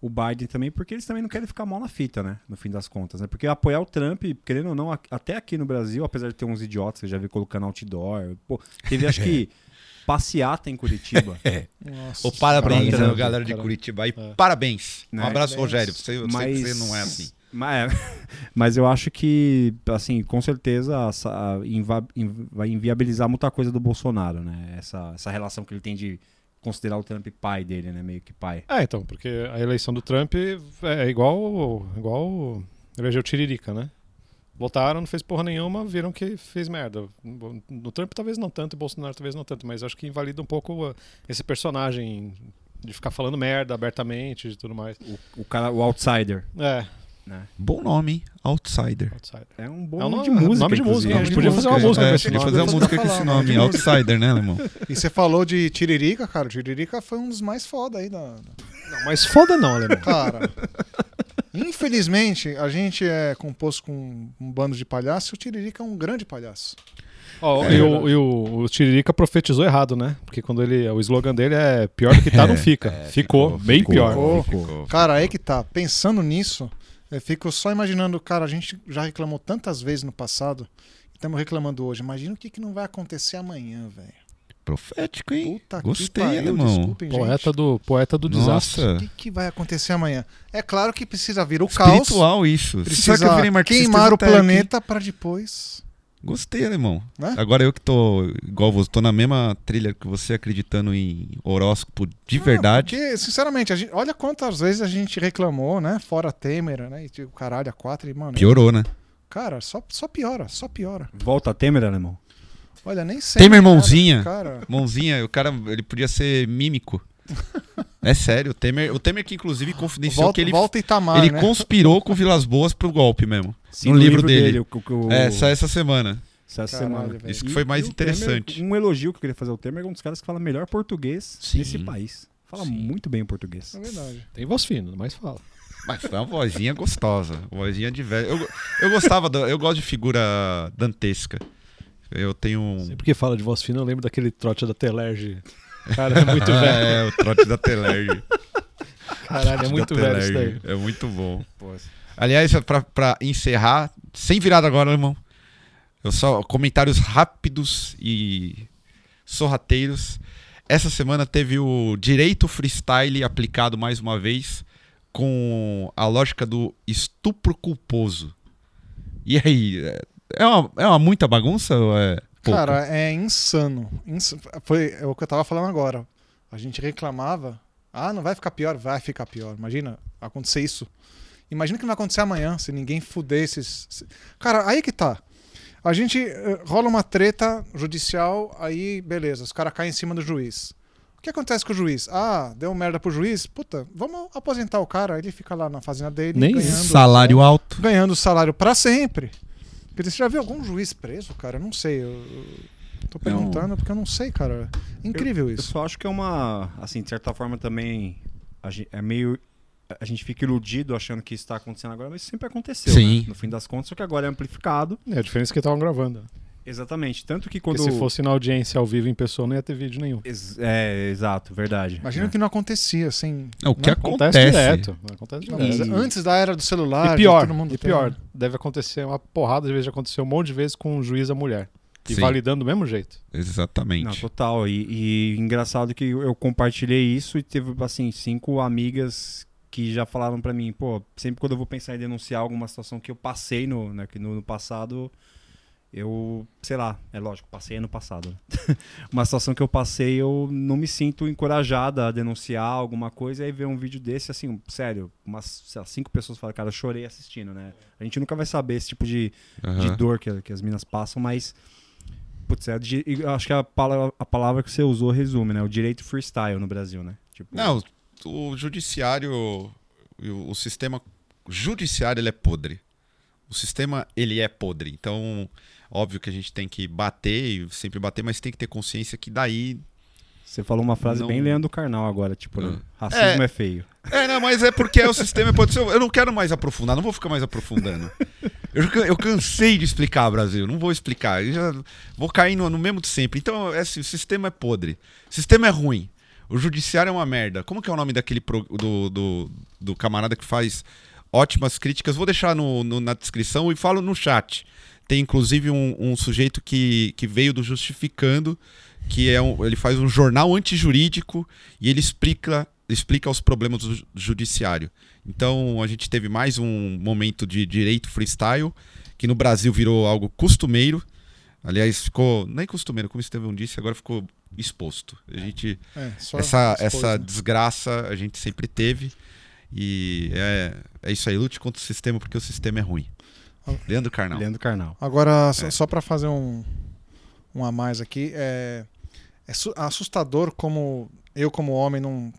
[SPEAKER 5] o Biden também, porque eles também não querem ficar mal na fita, né? No fim das contas, né? Porque apoiar o Trump, querendo ou não, a- até aqui no Brasil, apesar de ter uns idiotas, eu já vi colocando outdoor. Pô, teve acho que passeata em Curitiba.
[SPEAKER 3] Nossa.
[SPEAKER 4] Ô, parabéns,
[SPEAKER 5] Parabéns,
[SPEAKER 4] né,
[SPEAKER 5] né?
[SPEAKER 4] galera de
[SPEAKER 2] Cara.
[SPEAKER 4] Curitiba. aí.
[SPEAKER 2] É.
[SPEAKER 4] parabéns. Um
[SPEAKER 5] Né?
[SPEAKER 4] abraço,
[SPEAKER 3] Parabéns.
[SPEAKER 4] Rogério. Você, eu sei que você não é assim.
[SPEAKER 5] Mas, mas eu acho que, assim, com certeza essa- a inva- in- vai inviabilizar muita coisa do Bolsonaro, né? Essa, essa relação que ele tem de considerar o Trump pai dele, né? Meio que pai.
[SPEAKER 2] É, então, porque a eleição do Trump é igual. igual elegeu o Tiririca, né? Votaram, não fez porra nenhuma, viram que fez merda. No Trump talvez não tanto, e Bolsonaro talvez não tanto, mas acho que invalida um pouco uh, esse personagem de ficar falando merda abertamente e tudo mais.
[SPEAKER 5] O, o cara, o outsider.
[SPEAKER 2] É,
[SPEAKER 4] Bom nome, hein? Outsider.
[SPEAKER 2] outsider.
[SPEAKER 5] É um bom
[SPEAKER 2] É um
[SPEAKER 5] nome de
[SPEAKER 2] nome-
[SPEAKER 5] música.
[SPEAKER 2] nome de música,
[SPEAKER 5] inclusive.
[SPEAKER 2] né? A gente podia fazer uma música
[SPEAKER 4] é,
[SPEAKER 2] com
[SPEAKER 4] a
[SPEAKER 2] esse
[SPEAKER 4] gente podia
[SPEAKER 2] nome.
[SPEAKER 4] fazer uma música com esse
[SPEAKER 3] Falar, né,
[SPEAKER 4] nome.
[SPEAKER 3] de música.
[SPEAKER 4] Outsider, né, Lemão?
[SPEAKER 3] E você falou de Tiririca, cara. O Tiririca foi um dos mais foda aí da. da-
[SPEAKER 2] Não, mas foda não, alemão.
[SPEAKER 3] Cara. Infelizmente, a gente é composto com um bando de palhaços e o Tiririca é um grande palhaço.
[SPEAKER 2] Ó,
[SPEAKER 4] É
[SPEAKER 2] e o, e o- o Tiririca profetizou errado, né? Porque quando ele. O slogan dele é pior do que tá, não fica.
[SPEAKER 4] é,
[SPEAKER 2] ficou, bem pior.
[SPEAKER 3] Ficou. Cara, aí que tá. Pensando nisso, eu fico só imaginando, cara, a gente já reclamou tantas vezes no passado, estamos reclamando hoje. Imagina o que, que não vai acontecer amanhã, velho.
[SPEAKER 4] Profético, hein?
[SPEAKER 3] Puta que
[SPEAKER 4] Gostei,
[SPEAKER 3] pariu,
[SPEAKER 4] alemão.
[SPEAKER 3] desculpem, gente.
[SPEAKER 2] Poeta do, poeta do Um desastre.
[SPEAKER 3] O
[SPEAKER 4] Nossa.
[SPEAKER 3] que, que vai acontecer amanhã? É claro que precisa vir o caos,
[SPEAKER 4] Espiritual isso.
[SPEAKER 3] precisa
[SPEAKER 4] Será que eu virei marxista
[SPEAKER 3] queimar o
[SPEAKER 4] esotérico, hein?
[SPEAKER 3] planeta para depois.
[SPEAKER 4] Gostei, alemão.
[SPEAKER 3] Né?
[SPEAKER 4] Agora eu que tô igual você, tô na mesma trilha que você, acreditando em horóscopo
[SPEAKER 3] Ah,
[SPEAKER 4] de verdade.
[SPEAKER 3] Porque, sinceramente, a gente- olha quantas vezes a gente reclamou, né? Fora Temer, né? E tipo, caralho, a 4 e, mano.
[SPEAKER 4] Piorou, né?
[SPEAKER 3] Cara, só, só piora, só piora.
[SPEAKER 5] Volta a Temer, né, alemão.
[SPEAKER 3] Olha, nem sei.
[SPEAKER 4] Temer mãozinha.
[SPEAKER 3] Cara,
[SPEAKER 4] Mãozinha, o cara, ele podia ser mímico. É sério, o Temer, o Temer que inclusive confidenciou
[SPEAKER 3] volta,
[SPEAKER 4] que ele,
[SPEAKER 3] volta Itamar,
[SPEAKER 4] ele
[SPEAKER 3] né?
[SPEAKER 4] conspirou com Vilas Boas pro golpe mesmo.
[SPEAKER 5] Sim,
[SPEAKER 4] No livro dele.
[SPEAKER 5] o, o, o-
[SPEAKER 4] É, só essa semana.
[SPEAKER 5] essa
[SPEAKER 3] Caralho,
[SPEAKER 5] semana.
[SPEAKER 3] velho.
[SPEAKER 4] Isso que foi mais
[SPEAKER 5] o Temer,
[SPEAKER 4] interessante.
[SPEAKER 5] um elogio que eu queria fazer ao Temer, é um dos caras que fala melhor português
[SPEAKER 4] Sim.
[SPEAKER 5] nesse país. Fala
[SPEAKER 4] Sim.
[SPEAKER 5] muito bem o português.
[SPEAKER 3] É verdade.
[SPEAKER 2] Tem voz fina, mas fala.
[SPEAKER 4] Mas foi uma vozinha gostosa, vozinha de velho. Eu, eu gostava, do- eu gosto de figura dantesca. Eu tenho um,
[SPEAKER 2] Sempre que fala de voz fina, eu lembro daquele trote da Telerge. Cara, é muito
[SPEAKER 4] Ah,
[SPEAKER 2] velho.
[SPEAKER 4] É, o trote da Telerge.
[SPEAKER 2] Caralho, é muito
[SPEAKER 4] Da
[SPEAKER 2] velho isso
[SPEAKER 4] Telerge.
[SPEAKER 2] daí.
[SPEAKER 4] É muito bom. Aliás, pra, pra encerrar, sem virada agora, irmão. Eu só comentários rápidos e sorrateiros. Essa semana teve o direito freestyle aplicado mais uma vez com a lógica do estupro culposo. E aí, é- é uma, é uma muita bagunça ou é pouca?
[SPEAKER 3] Cara, é insano. Ins- Foi é o que eu tava falando agora. A gente reclamava. Ah, não vai ficar pior? Vai ficar pior. Imagina acontecer isso. Imagina que não vai acontecer amanhã, se ninguém fuder esses. se- Cara, aí que tá. A gente eh, rola uma treta judicial, aí beleza, os caras caem em cima do juiz. O que acontece com o juiz? Ah, deu merda pro juiz? Puta, vamos aposentar o cara, ele fica lá na fazenda dele.
[SPEAKER 2] Nem
[SPEAKER 3] ganhando-
[SPEAKER 4] Salário alto.
[SPEAKER 3] ganhando salário pra sempre. Quer dizer, Você já viu algum juiz preso, cara? Eu não sei. Eu, eu tô perguntando porque eu não sei, cara. É Incrível
[SPEAKER 5] Eu
[SPEAKER 3] isso.
[SPEAKER 5] só acho que é uma, assim, de certa forma também, a gente, é meio, a gente fica iludido achando que isso está acontecendo agora, mas isso sempre aconteceu,
[SPEAKER 4] Sim.
[SPEAKER 5] né? No fim das contas, só que agora é amplificado.
[SPEAKER 2] É, a diferença é que estavam gravando.
[SPEAKER 5] Exatamente, tanto que
[SPEAKER 2] Porque
[SPEAKER 5] quando...
[SPEAKER 2] se fosse na audiência ao vivo em pessoa, não ia ter vídeo nenhum.
[SPEAKER 5] Ex- é, exato, verdade.
[SPEAKER 3] Imagina
[SPEAKER 5] É.
[SPEAKER 3] que não acontecia, assim.
[SPEAKER 4] Não, é o que
[SPEAKER 3] né?
[SPEAKER 2] Acontece,
[SPEAKER 4] acontece?
[SPEAKER 2] direto. Acontece
[SPEAKER 3] Não,
[SPEAKER 2] direto.
[SPEAKER 3] mas
[SPEAKER 5] E-
[SPEAKER 3] Antes da era do celular,
[SPEAKER 2] E pior,
[SPEAKER 3] de todo mundo
[SPEAKER 2] e
[SPEAKER 3] ter-
[SPEAKER 2] pior, deve acontecer uma porrada de vezes, já aconteceu um monte de vezes com um juiz a mulher. E
[SPEAKER 4] Sim,
[SPEAKER 2] validando do mesmo jeito.
[SPEAKER 4] Exatamente.
[SPEAKER 5] Não, total. E, e engraçado que eu eu compartilhei isso e teve, assim, cinco amigas que já falaram pra mim, pô, sempre quando eu vou pensar em denunciar alguma situação que eu passei no, né, que no, no passado, eu, sei lá, é lógico, passei no passado. né? Uma situação que eu passei, eu não me sinto encorajada a denunciar alguma coisa, e aí ver um vídeo desse, assim, sério, umas sei lá, cinco pessoas falam, cara, eu chorei assistindo, né? A gente nunca vai saber esse tipo de, de
[SPEAKER 4] Aham.
[SPEAKER 5] dor que, que as minas passam, mas. Putz, é, de- eu acho que a palavra, a palavra que você usou resume, né? O direito freestyle no Brasil, né? Tipo,
[SPEAKER 4] Não, o judiciário, o, o sistema judiciário ele é podre. o sistema ele é podre. Então, óbvio que a gente tem que bater e sempre bater, mas tem que ter consciência que daí.
[SPEAKER 5] Você falou uma frase
[SPEAKER 4] Não- Ah.
[SPEAKER 5] bem Leandro Carnal agora, tipo, né? racismo é, feio.
[SPEAKER 4] É, não, mas é porque é o sistema pode ser. Eu não quero mais aprofundar, não vou ficar mais aprofundando. Eu, já can- eu cansei de explicar, Brasil. Não vou explicar. Eu já vou cair no, no mesmo de sempre. Então, é assim, o sistema é podre. O sistema é ruim. O judiciário é uma merda. Como que é o nome daquele pro- do, do, do camarada que faz ótimas críticas? Vou deixar no- no- na descrição e falo no chat. Tem inclusive um, um sujeito que, que veio do Justificando, que é um, ele faz um jornal antijurídico e ele explica, explica os problemas do ju- judiciário. Então a gente teve mais um momento de direito freestyle, que no Brasil virou algo costumeiro. Aliás, ficou. Nem costumeiro, como o Estevão disse, agora ficou exposto. A gente
[SPEAKER 3] É, só
[SPEAKER 4] essa,
[SPEAKER 3] expôs,
[SPEAKER 4] essa
[SPEAKER 3] né?
[SPEAKER 4] desgraça a gente sempre teve. E é, é isso aí, lute contra o sistema porque o sistema é ruim. Leandro Carnal.
[SPEAKER 5] Leandro Carnal.
[SPEAKER 3] Agora,
[SPEAKER 4] É.
[SPEAKER 3] só- só para fazer um, um a mais aqui, é, é su- assustador como eu, como homem, não,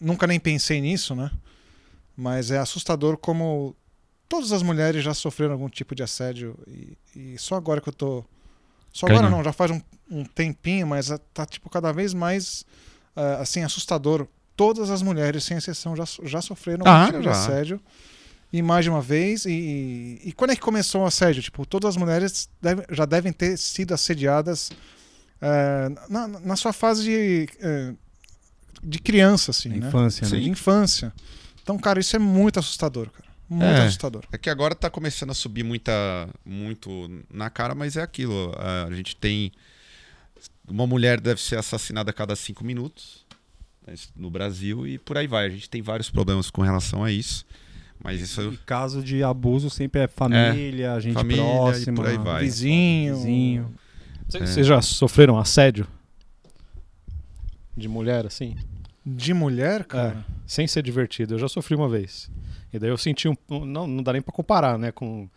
[SPEAKER 3] nunca nem pensei nisso, né? Mas é assustador como todas as mulheres já sofreram algum tipo de assédio e, e só agora que eu tô. Só agora
[SPEAKER 4] Canhão.
[SPEAKER 3] não, já faz um, um tempinho, mas é- tá tipo cada vez mais ah, assim assustador. Todas as mulheres, sem exceção, já, so- já sofreram
[SPEAKER 4] Ah,
[SPEAKER 3] algum tipo de
[SPEAKER 4] já.
[SPEAKER 3] assédio. E mais de uma vez, e, e- e quando é que começou o assédio? Tipo, todas as mulheres deve- já devem ter sido assediadas eh, na, na sua fase de, eh, de criança, assim, né?
[SPEAKER 5] Infância,
[SPEAKER 4] Sim.
[SPEAKER 5] né?
[SPEAKER 3] De infância. Então, cara, isso é muito assustador, cara. Muito
[SPEAKER 4] É.
[SPEAKER 3] assustador.
[SPEAKER 4] É que agora tá começando a subir muita, muito na cara, mas é aquilo. A gente tem. Uma mulher deve ser assassinada a cada cinco minutos né, no Brasil e por aí vai. A gente tem vários problemas com relação a isso. Mas isso
[SPEAKER 5] E caso de abuso sempre é família, gente
[SPEAKER 4] família e
[SPEAKER 5] próxima.
[SPEAKER 4] por aí vai.
[SPEAKER 3] Vizinho.
[SPEAKER 5] Vizinho.
[SPEAKER 2] Vocês vocês já sofreram assédio? De mulher, assim?
[SPEAKER 3] De mulher, cara.
[SPEAKER 5] É.
[SPEAKER 2] Sem ser divertido. Eu já sofri uma vez. E daí eu senti um. um- Não, não dá nem pra comparar, né? Com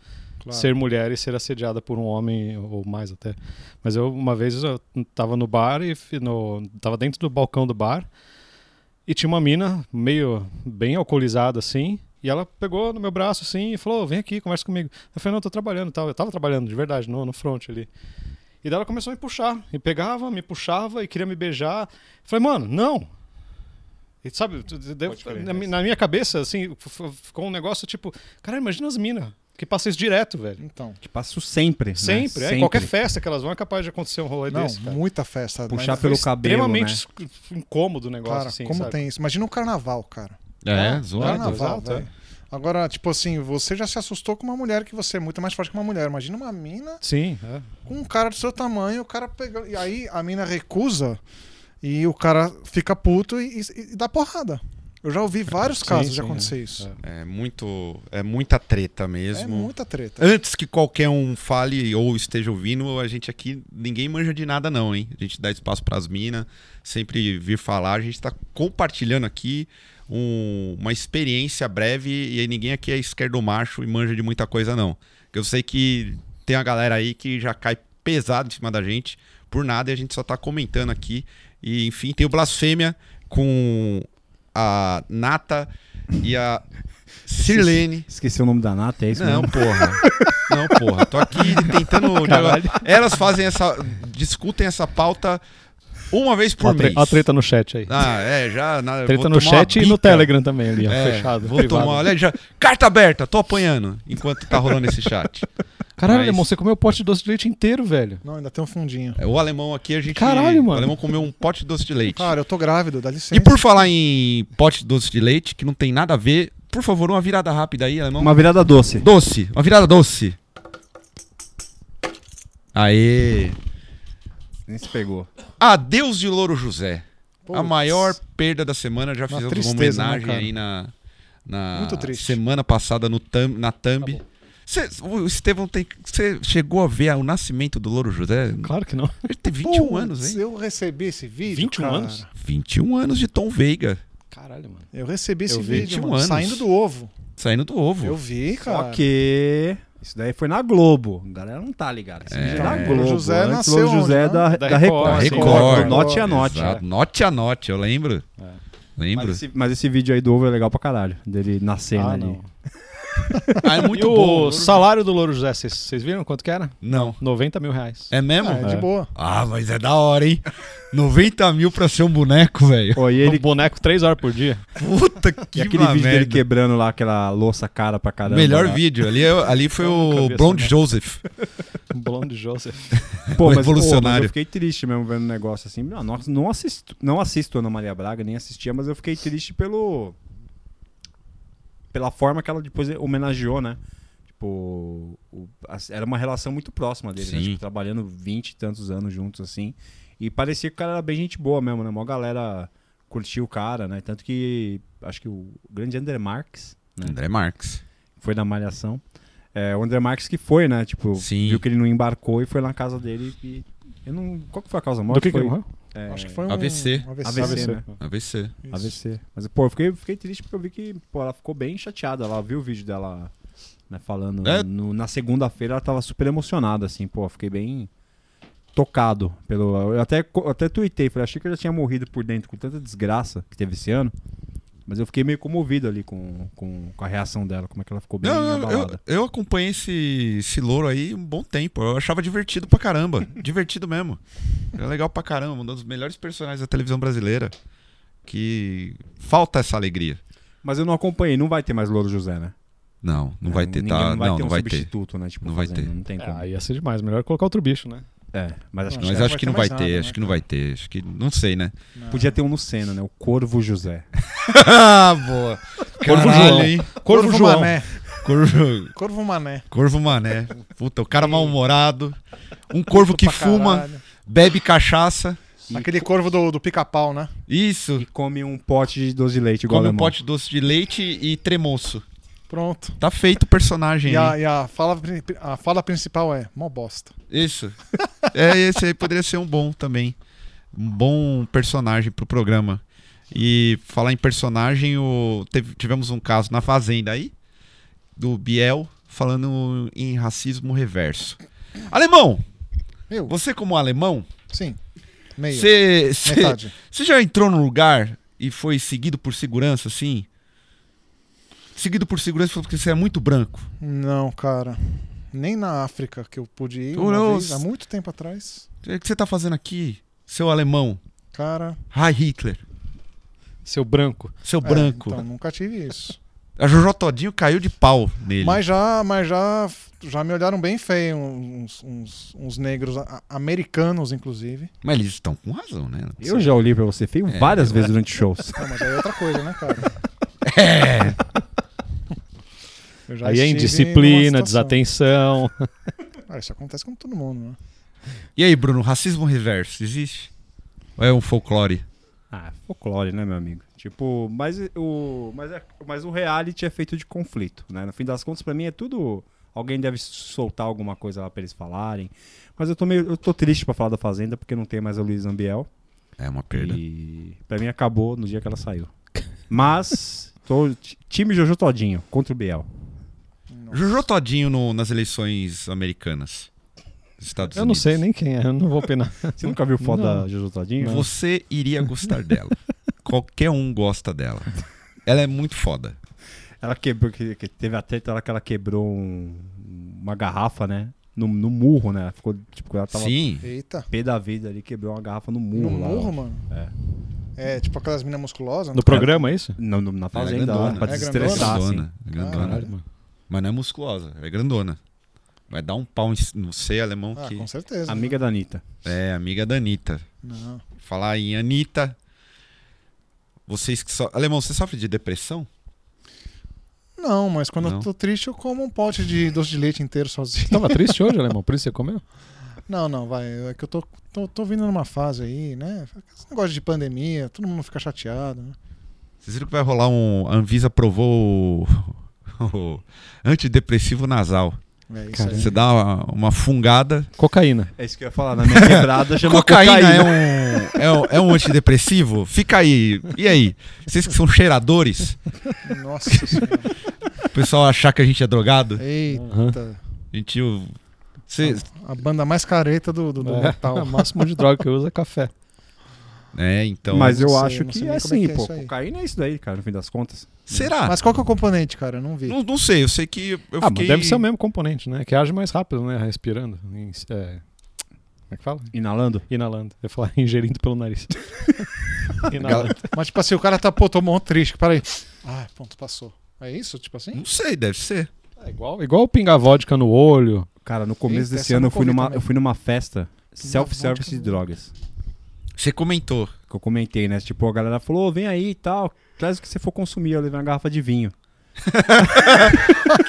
[SPEAKER 3] Claro.
[SPEAKER 2] ser mulher e ser assediada por um homem ou mais até. Mas eu uma vez eu tava no bar e fi- no, tava dentro do balcão do bar e tinha uma mina meio bem alcoolizada assim, e ela pegou no meu braço assim e falou: "Vem aqui, conversa comigo". Eu falei: "Não, eu tô trabalhando", e tal. Eu tava trabalhando de verdade no no front ali. E daí ela começou a me puxar, e pegava, me puxava e queria me beijar. Eu falei: "Mano, não". E sabe, tu- tu- daí- na, mi- na minha cabeça assim, f- f- ficou um negócio tipo, cara, imagina as minas que passam isso direto, velho.
[SPEAKER 3] Então.
[SPEAKER 5] Que passo sempre. né?
[SPEAKER 2] Sempre, é. Em qualquer festa que elas vão é capaz de acontecer um rolê
[SPEAKER 3] Não,
[SPEAKER 2] desse, cara.
[SPEAKER 3] muita festa.
[SPEAKER 5] Puxar
[SPEAKER 3] mas-
[SPEAKER 5] pelo
[SPEAKER 2] Foi
[SPEAKER 5] cabelo,
[SPEAKER 2] Extremamente
[SPEAKER 5] né?
[SPEAKER 2] esc- incômodo o negócio,
[SPEAKER 3] Cara,
[SPEAKER 2] assim,
[SPEAKER 3] como
[SPEAKER 2] sabe?
[SPEAKER 3] tem isso? Imagina o carnaval, cara.
[SPEAKER 4] é,
[SPEAKER 2] zoado.
[SPEAKER 3] Carnaval,
[SPEAKER 2] exato, é.
[SPEAKER 3] velho. Agora, tipo assim, você já se assustou com uma mulher que você é muito mais forte que uma mulher. Imagina uma mina
[SPEAKER 2] Sim, é.
[SPEAKER 3] com um cara do seu tamanho, o cara pegando. E aí a mina recusa e o cara fica puto e, e- e dá porrada. Eu já ouvi vários casos de
[SPEAKER 2] sim,
[SPEAKER 3] acontecer isso.
[SPEAKER 4] É muito. É muita treta
[SPEAKER 3] É,
[SPEAKER 4] mesmo.
[SPEAKER 3] muita treta.
[SPEAKER 4] Antes que qualquer um fale ou esteja ouvindo, a gente aqui, ninguém manja de nada não, hein? A gente dá espaço pras minas, sempre vir falar. A gente tá compartilhando aqui um- uma experiência breve e aí ninguém aqui é esquerdo macho e manja de muita coisa não. Eu sei que tem a galera aí que já cai pesado em cima da gente por nada e a gente só tá comentando aqui. E enfim, tem o Blasfêmia com a Nata e a Sirlene.
[SPEAKER 5] Esqueci o nome da Nata, é isso
[SPEAKER 4] Não,
[SPEAKER 5] mesmo?
[SPEAKER 4] porra. Não, porra. Tô aqui tentando. Elas fazem essa. discutem essa pauta uma vez por
[SPEAKER 2] Ó a tre-
[SPEAKER 4] mês.
[SPEAKER 2] ó a treta no chat aí.
[SPEAKER 4] Ah, é, já. na-
[SPEAKER 2] treta
[SPEAKER 4] vou
[SPEAKER 2] no
[SPEAKER 4] tomar uma
[SPEAKER 2] chat e no
[SPEAKER 4] bica.
[SPEAKER 2] Telegram também ali, ó,
[SPEAKER 4] É,
[SPEAKER 2] fechado.
[SPEAKER 4] Vou
[SPEAKER 2] privado.
[SPEAKER 4] tomar, olha, já. Carta aberta, tô apanhando enquanto tá rolando esse chat.
[SPEAKER 2] Caralho,
[SPEAKER 4] Mas-
[SPEAKER 2] irmão, você comeu o pote de doce de leite inteiro, velho.
[SPEAKER 3] Não, ainda tem um fundinho.
[SPEAKER 4] É, O alemão aqui, a gente.
[SPEAKER 2] Caralho, mano. é
[SPEAKER 4] O alemão comeu um pote de doce de leite.
[SPEAKER 3] Cara, eu tô grávido, dá licença.
[SPEAKER 4] e por falar em pote de doce de leite, que não tem nada a ver, por favor, uma virada rápida aí, alemão.
[SPEAKER 5] Uma virada doce.
[SPEAKER 4] Doce, uma virada doce. Aê!
[SPEAKER 5] Nem se pegou.
[SPEAKER 4] Adeus de Louro José. A
[SPEAKER 3] Putz.
[SPEAKER 4] maior perda da semana, já fizemos
[SPEAKER 3] tristeza,
[SPEAKER 4] uma
[SPEAKER 3] né,
[SPEAKER 4] homenagem
[SPEAKER 3] cara?
[SPEAKER 4] aí na, na
[SPEAKER 3] Muito triste. Tá
[SPEAKER 4] semana passada no tam, na Thumb. Cê- o Estevão tem. Você chegou a ver o nascimento do Louro José?
[SPEAKER 2] Claro que não.
[SPEAKER 4] Ele tem 21
[SPEAKER 3] Putz,
[SPEAKER 4] anos, hein?
[SPEAKER 3] Eu recebi esse vídeo.
[SPEAKER 2] 21
[SPEAKER 3] cara.
[SPEAKER 2] anos?
[SPEAKER 4] 21 anos de Tom Veiga,
[SPEAKER 2] Caralho, mano.
[SPEAKER 3] Eu recebi esse
[SPEAKER 4] vi.
[SPEAKER 3] vídeo,
[SPEAKER 4] 21
[SPEAKER 3] mano,
[SPEAKER 4] anos.
[SPEAKER 3] saindo do ovo.
[SPEAKER 4] saindo do ovo.
[SPEAKER 3] Eu vi, cara.
[SPEAKER 5] Só que isso daí foi na Globo. A galera não tá ligada. Isso é, na
[SPEAKER 4] É.
[SPEAKER 5] Globo.
[SPEAKER 3] O José
[SPEAKER 5] Antes,
[SPEAKER 3] nasceu
[SPEAKER 5] o José é
[SPEAKER 3] onde,
[SPEAKER 5] da,
[SPEAKER 2] né?
[SPEAKER 5] da,
[SPEAKER 2] Da Record,
[SPEAKER 5] Record.
[SPEAKER 4] sim.
[SPEAKER 5] Record.
[SPEAKER 4] Record.
[SPEAKER 5] Do Norte a Norte.
[SPEAKER 3] é.
[SPEAKER 4] Exato. Note a note, eu lembro.
[SPEAKER 2] É.
[SPEAKER 4] Lembro.
[SPEAKER 5] Mas esse, mas esse vídeo aí do ovo é legal pra caralho. Dele nascendo
[SPEAKER 2] Ah,
[SPEAKER 5] ali.
[SPEAKER 2] não.
[SPEAKER 4] Ah, é
[SPEAKER 2] e
[SPEAKER 4] muito
[SPEAKER 2] o
[SPEAKER 4] bom. Louro
[SPEAKER 2] salário do Louro José, vocês- vocês viram quanto que era?
[SPEAKER 4] José. Não.
[SPEAKER 2] 90 mil reais.
[SPEAKER 4] É mesmo?
[SPEAKER 3] Ah, é de
[SPEAKER 2] É.
[SPEAKER 3] boa.
[SPEAKER 4] Ah, mas é da hora, hein? 90 mil pra ser um boneco, velho.
[SPEAKER 5] Ó, e
[SPEAKER 2] Um
[SPEAKER 5] ele,
[SPEAKER 2] boneco três horas por dia.
[SPEAKER 4] Puta que
[SPEAKER 5] e aquele vídeo
[SPEAKER 4] merda.
[SPEAKER 5] dele quebrando lá aquela louça cara pra caramba.
[SPEAKER 4] Melhor
[SPEAKER 5] lá.
[SPEAKER 4] vídeo. Ali, é- ali foi
[SPEAKER 2] nunca
[SPEAKER 4] o
[SPEAKER 2] vi essa
[SPEAKER 4] Blonde
[SPEAKER 2] merda.
[SPEAKER 4] Joseph.
[SPEAKER 2] Blonde Joseph.
[SPEAKER 4] O
[SPEAKER 5] Pô, mas,
[SPEAKER 4] revolucionário.
[SPEAKER 5] pô, mas eu fiquei triste mesmo vendo o negócio assim. Não, não, não assisto, não assisto Ana Maria Braga, nem assistia, mas eu fiquei triste pelo. pela forma que ela depois homenageou, né? Tipo, o- as- era uma relação muito próxima dele, né?
[SPEAKER 4] Sim.
[SPEAKER 5] Tipo, trabalhando 20 e tantos anos juntos, assim. E parecia que o cara era bem gente boa mesmo, né? Mó galera curtiu o cara, né? Tanto que acho que o grande André Marques
[SPEAKER 4] André Marques.
[SPEAKER 5] foi na Malhação. É, o André Marques que foi, né? Tipo,
[SPEAKER 4] Sim.
[SPEAKER 5] viu que ele não embarcou e foi lá na casa dele e. Eu não... Qual que foi a causa da morte?
[SPEAKER 2] Do que, que
[SPEAKER 5] foi?
[SPEAKER 2] ele morreu?
[SPEAKER 5] É,
[SPEAKER 3] Acho que foi um.
[SPEAKER 4] AVC.
[SPEAKER 3] um AVC.
[SPEAKER 5] AVC, né?
[SPEAKER 4] AVC.
[SPEAKER 3] Isso.
[SPEAKER 5] AVC. Mas, pô, eu fiquei, fiquei triste porque eu vi que pô, ela ficou bem chateada. Ela viu o vídeo dela né, falando.
[SPEAKER 4] É.
[SPEAKER 5] No- na segunda-feira ela tava super emocionada, assim, pô. eu Fiquei bem tocado. pelo Eu até, co- eu até tuitei, falei, achei que eu já tinha morrido por dentro com tanta desgraça que teve esse ano. Mas eu fiquei meio comovido ali com, com, com a reação dela, como é que ela ficou bem
[SPEAKER 4] Não, eu,
[SPEAKER 5] abalada.
[SPEAKER 4] eu, eu acompanhei esse, esse louro aí um bom tempo. Eu achava divertido pra caramba. divertido mesmo. Era legal pra caramba. Um dos melhores personagens da televisão brasileira. Que falta essa alegria.
[SPEAKER 5] Mas eu não acompanhei, não vai ter mais Louro José, né?
[SPEAKER 4] Não, não vai ter,
[SPEAKER 5] Ninguém-
[SPEAKER 4] tá?
[SPEAKER 5] Não vai
[SPEAKER 4] Não,
[SPEAKER 5] ter
[SPEAKER 4] não
[SPEAKER 5] um
[SPEAKER 4] vai ter.
[SPEAKER 5] substituto, né? Tipo,
[SPEAKER 4] Não vai
[SPEAKER 5] fazendo,
[SPEAKER 4] ter.
[SPEAKER 5] Não tem como.
[SPEAKER 2] Ah, ia ser demais. Melhor colocar outro bicho, né?
[SPEAKER 5] É, mas acho que
[SPEAKER 4] Mas
[SPEAKER 3] Não, não
[SPEAKER 4] acho
[SPEAKER 3] vai
[SPEAKER 4] que
[SPEAKER 3] ter
[SPEAKER 4] não vai
[SPEAKER 3] mais nada,
[SPEAKER 4] ter,
[SPEAKER 3] né,
[SPEAKER 4] acho que não vai ter. Acho que não sei, né?
[SPEAKER 5] podia ter um Lucena, né? O Corvo José.
[SPEAKER 4] ah, boa.
[SPEAKER 2] Corvo João.
[SPEAKER 4] hein?
[SPEAKER 2] Corvo, João.
[SPEAKER 3] Mané.
[SPEAKER 4] Corvo,
[SPEAKER 3] Corvo Mané.
[SPEAKER 4] corvo Mané. Puta, o cara mal-humorado. Um corvo que
[SPEAKER 3] Pra
[SPEAKER 4] fuma,
[SPEAKER 3] caralho.
[SPEAKER 4] bebe cachaça.
[SPEAKER 3] Aquele corvo do, do pica-pau, né?
[SPEAKER 4] Isso.
[SPEAKER 5] E come um pote de doce de leite igual
[SPEAKER 4] Come um
[SPEAKER 5] alemão.
[SPEAKER 4] pote de doce de leite e tremoço.
[SPEAKER 3] Pronto.
[SPEAKER 4] Tá feito o personagem.
[SPEAKER 3] E,
[SPEAKER 4] hein?
[SPEAKER 3] a, e a fala, pri- a fala principal é mó bosta.
[SPEAKER 4] Isso. É, esse aí poderia ser um bom também. Um bom personagem pro programa. E falar em personagem, o... teve- tivemos um caso na Fazenda aí, do Biel, falando em racismo reverso. Alemão!
[SPEAKER 3] Eu.
[SPEAKER 4] Você, como alemão,
[SPEAKER 3] Sim. Meio.
[SPEAKER 4] você
[SPEAKER 3] Metade.
[SPEAKER 4] você já entrou num lugar e foi seguido por segurança, assim? Seguido por segurança porque você é muito branco.
[SPEAKER 3] Não, cara. Nem na África que eu pude ir. uma
[SPEAKER 4] Olha,
[SPEAKER 3] vez,
[SPEAKER 4] os-
[SPEAKER 3] há muito tempo atrás.
[SPEAKER 4] O que você tá fazendo aqui, seu alemão?
[SPEAKER 3] Cara.
[SPEAKER 4] Hi Hitler,
[SPEAKER 2] Seu branco. né?
[SPEAKER 4] seu
[SPEAKER 3] é,
[SPEAKER 4] branco.
[SPEAKER 3] então, nunca tive isso.
[SPEAKER 4] A Jojo Todinho caiu de pau nele.
[SPEAKER 3] Mas já, mas já, já me olharam bem feio uns, uns, uns negros a- americanos, inclusive.
[SPEAKER 4] Mas eles estão com razão, né?
[SPEAKER 5] Eu já olhei pra você feio
[SPEAKER 4] É,
[SPEAKER 5] várias vezes durante shows.
[SPEAKER 3] Não, mas aí é outra coisa, né, cara? É. Eu já
[SPEAKER 2] Aí é
[SPEAKER 3] estive
[SPEAKER 2] indisciplina,
[SPEAKER 3] numa situação.
[SPEAKER 2] desatenção.
[SPEAKER 3] Ah, isso acontece com todo mundo, né?
[SPEAKER 4] E aí, Bruno, racismo reverso existe? Ou é um folclore?
[SPEAKER 5] ah, folclore, né, meu amigo? Tipo, mas o, mas, é- mas o reality é feito de conflito, né? No fim das contas, pra mim é tudo. Alguém deve soltar alguma coisa lá pra eles falarem. Mas eu tô meio. Eu tô triste pra falar da Fazenda, porque não tem mais a Luiz Ambiel.
[SPEAKER 4] É uma perda.
[SPEAKER 5] E pra mim acabou no dia que ela saiu. Mas. Tô, ti- time Jojo Todinho contra o Biel.
[SPEAKER 4] Jojo Todinho no- nas eleições americanas. dos Estados
[SPEAKER 2] Eu não
[SPEAKER 4] Unidos.
[SPEAKER 2] sei nem quem é, eu não vou opinar.
[SPEAKER 5] Você nunca viu foto
[SPEAKER 2] Não.
[SPEAKER 5] da Jojo Todinho?
[SPEAKER 4] Você iria gostar dela. Qualquer um gosta dela. Ela é muito foda.
[SPEAKER 5] Ela quebrou, que, que teve a treta lá que ela quebrou um- uma garrafa, né? No, no murro, né? Ficou, tipo, ela tava
[SPEAKER 4] Sim.
[SPEAKER 3] Eita.
[SPEAKER 5] pé da vida ali, quebrou uma garrafa no
[SPEAKER 3] No
[SPEAKER 5] murro. Hum, lá,
[SPEAKER 3] morro,
[SPEAKER 5] ó.
[SPEAKER 3] mano. É. É, tipo aquelas minas musculosas.
[SPEAKER 2] No programa, é isso?
[SPEAKER 5] Não, no-
[SPEAKER 4] Ela
[SPEAKER 5] na
[SPEAKER 4] é
[SPEAKER 5] fazenda, lá,
[SPEAKER 4] grandona.
[SPEAKER 5] pra
[SPEAKER 3] É
[SPEAKER 5] desestressar, assim.
[SPEAKER 4] grandona. é grandona.
[SPEAKER 3] Caralho.
[SPEAKER 4] Mas não é musculosa, ela é grandona. Vai dar um pau em- no C alemão
[SPEAKER 3] Ah,
[SPEAKER 4] que.
[SPEAKER 3] com certeza.
[SPEAKER 5] Amiga da Anitta.
[SPEAKER 4] É, amiga da Anitta.
[SPEAKER 3] Não.
[SPEAKER 4] Falar em Anitta. Vocês que so... Alemão, você sofre de depressão?
[SPEAKER 3] Não, mas quando
[SPEAKER 4] Não.
[SPEAKER 3] eu tô triste, eu como um pote de doce de leite inteiro sozinho.
[SPEAKER 2] Tava triste hoje, alemão, por isso você comeu?
[SPEAKER 3] Não, não, vai. É que eu tô, tô, tô vindo numa fase aí, né? Esse negócio de pandemia, todo mundo fica chateado. Né?
[SPEAKER 4] Vocês viram que vai rolar um. A Anvisa aprovou o, o antidepressivo nasal.
[SPEAKER 3] É isso
[SPEAKER 2] Cara,
[SPEAKER 3] aí.
[SPEAKER 4] Você dá uma, uma fungada.
[SPEAKER 2] Cocaína.
[SPEAKER 5] É isso que eu ia falar, na minha quebrada chama
[SPEAKER 4] Cocaína,
[SPEAKER 5] cocaína.
[SPEAKER 4] É, um, é, um, é um antidepressivo? Fica aí. E aí? Vocês que são cheiradores,
[SPEAKER 3] Nossa senhora.
[SPEAKER 4] o pessoal achar que a gente é drogado?
[SPEAKER 3] Eita.
[SPEAKER 4] A gente. o- Cê,
[SPEAKER 3] A banda mais careta do, do, do
[SPEAKER 2] É,
[SPEAKER 3] metal.
[SPEAKER 2] o máximo de droga que eu uso é café.
[SPEAKER 4] né? Então,
[SPEAKER 5] Mas eu
[SPEAKER 3] não sei,
[SPEAKER 5] acho
[SPEAKER 3] não
[SPEAKER 5] que
[SPEAKER 3] sei
[SPEAKER 5] é
[SPEAKER 3] nem como é
[SPEAKER 5] assim,
[SPEAKER 3] que é
[SPEAKER 5] pô.
[SPEAKER 3] isso aí.
[SPEAKER 5] Cocaína é isso daí, cara, no fim das contas.
[SPEAKER 4] será?
[SPEAKER 3] Mas qual que é o componente, cara? Eu não vi.
[SPEAKER 4] Não, não sei, eu sei que eu
[SPEAKER 2] ah,
[SPEAKER 4] fiquei...
[SPEAKER 2] mas deve ser o mesmo componente, né? Que age mais rápido, né? Respirando. Em- é, Como é que fala?
[SPEAKER 5] Inalando.
[SPEAKER 2] Inalando. Eu ia falar ingerindo pelo nariz. Inalando.
[SPEAKER 1] Gal-
[SPEAKER 3] Mas, tipo assim, o cara tá, pô, tomou um triste, peraí. Ah, ponto, passou. É isso? Tipo assim?
[SPEAKER 4] Não sei, deve ser.
[SPEAKER 2] É igual, igual pingar vodka no olho.
[SPEAKER 5] Cara, no começo
[SPEAKER 3] Eita,
[SPEAKER 5] desse
[SPEAKER 3] essa eu
[SPEAKER 5] ano
[SPEAKER 3] não
[SPEAKER 5] eu fui,
[SPEAKER 3] comi
[SPEAKER 5] numa,
[SPEAKER 3] também.
[SPEAKER 5] eu fui numa festa
[SPEAKER 3] vodka
[SPEAKER 5] self-service de
[SPEAKER 3] no-
[SPEAKER 5] drogas.
[SPEAKER 4] Você comentou.
[SPEAKER 5] Que eu comentei, né? Tipo, a galera falou, "Ô, vem aí e tal. Traz o que você for consumir. Eu levei uma garrafa de vinho.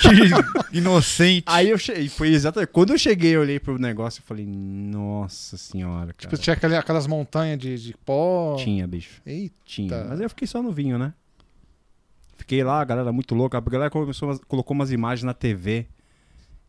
[SPEAKER 4] Que inocente.
[SPEAKER 5] Aí eu cheguei, foi exatamente. Quando eu cheguei, eu olhei pro negócio e falei, nossa senhora,
[SPEAKER 3] Tipo,
[SPEAKER 5] cara.
[SPEAKER 3] tinha aquele- aquelas montanhas de, de pó.
[SPEAKER 5] tinha, bicho.
[SPEAKER 3] Eita.
[SPEAKER 5] Tinha.
[SPEAKER 3] Tá.
[SPEAKER 5] Mas eu fiquei só no vinho, né? Fiquei lá, a galera muito louca. A galera começou, umas- colocou umas imagens na TV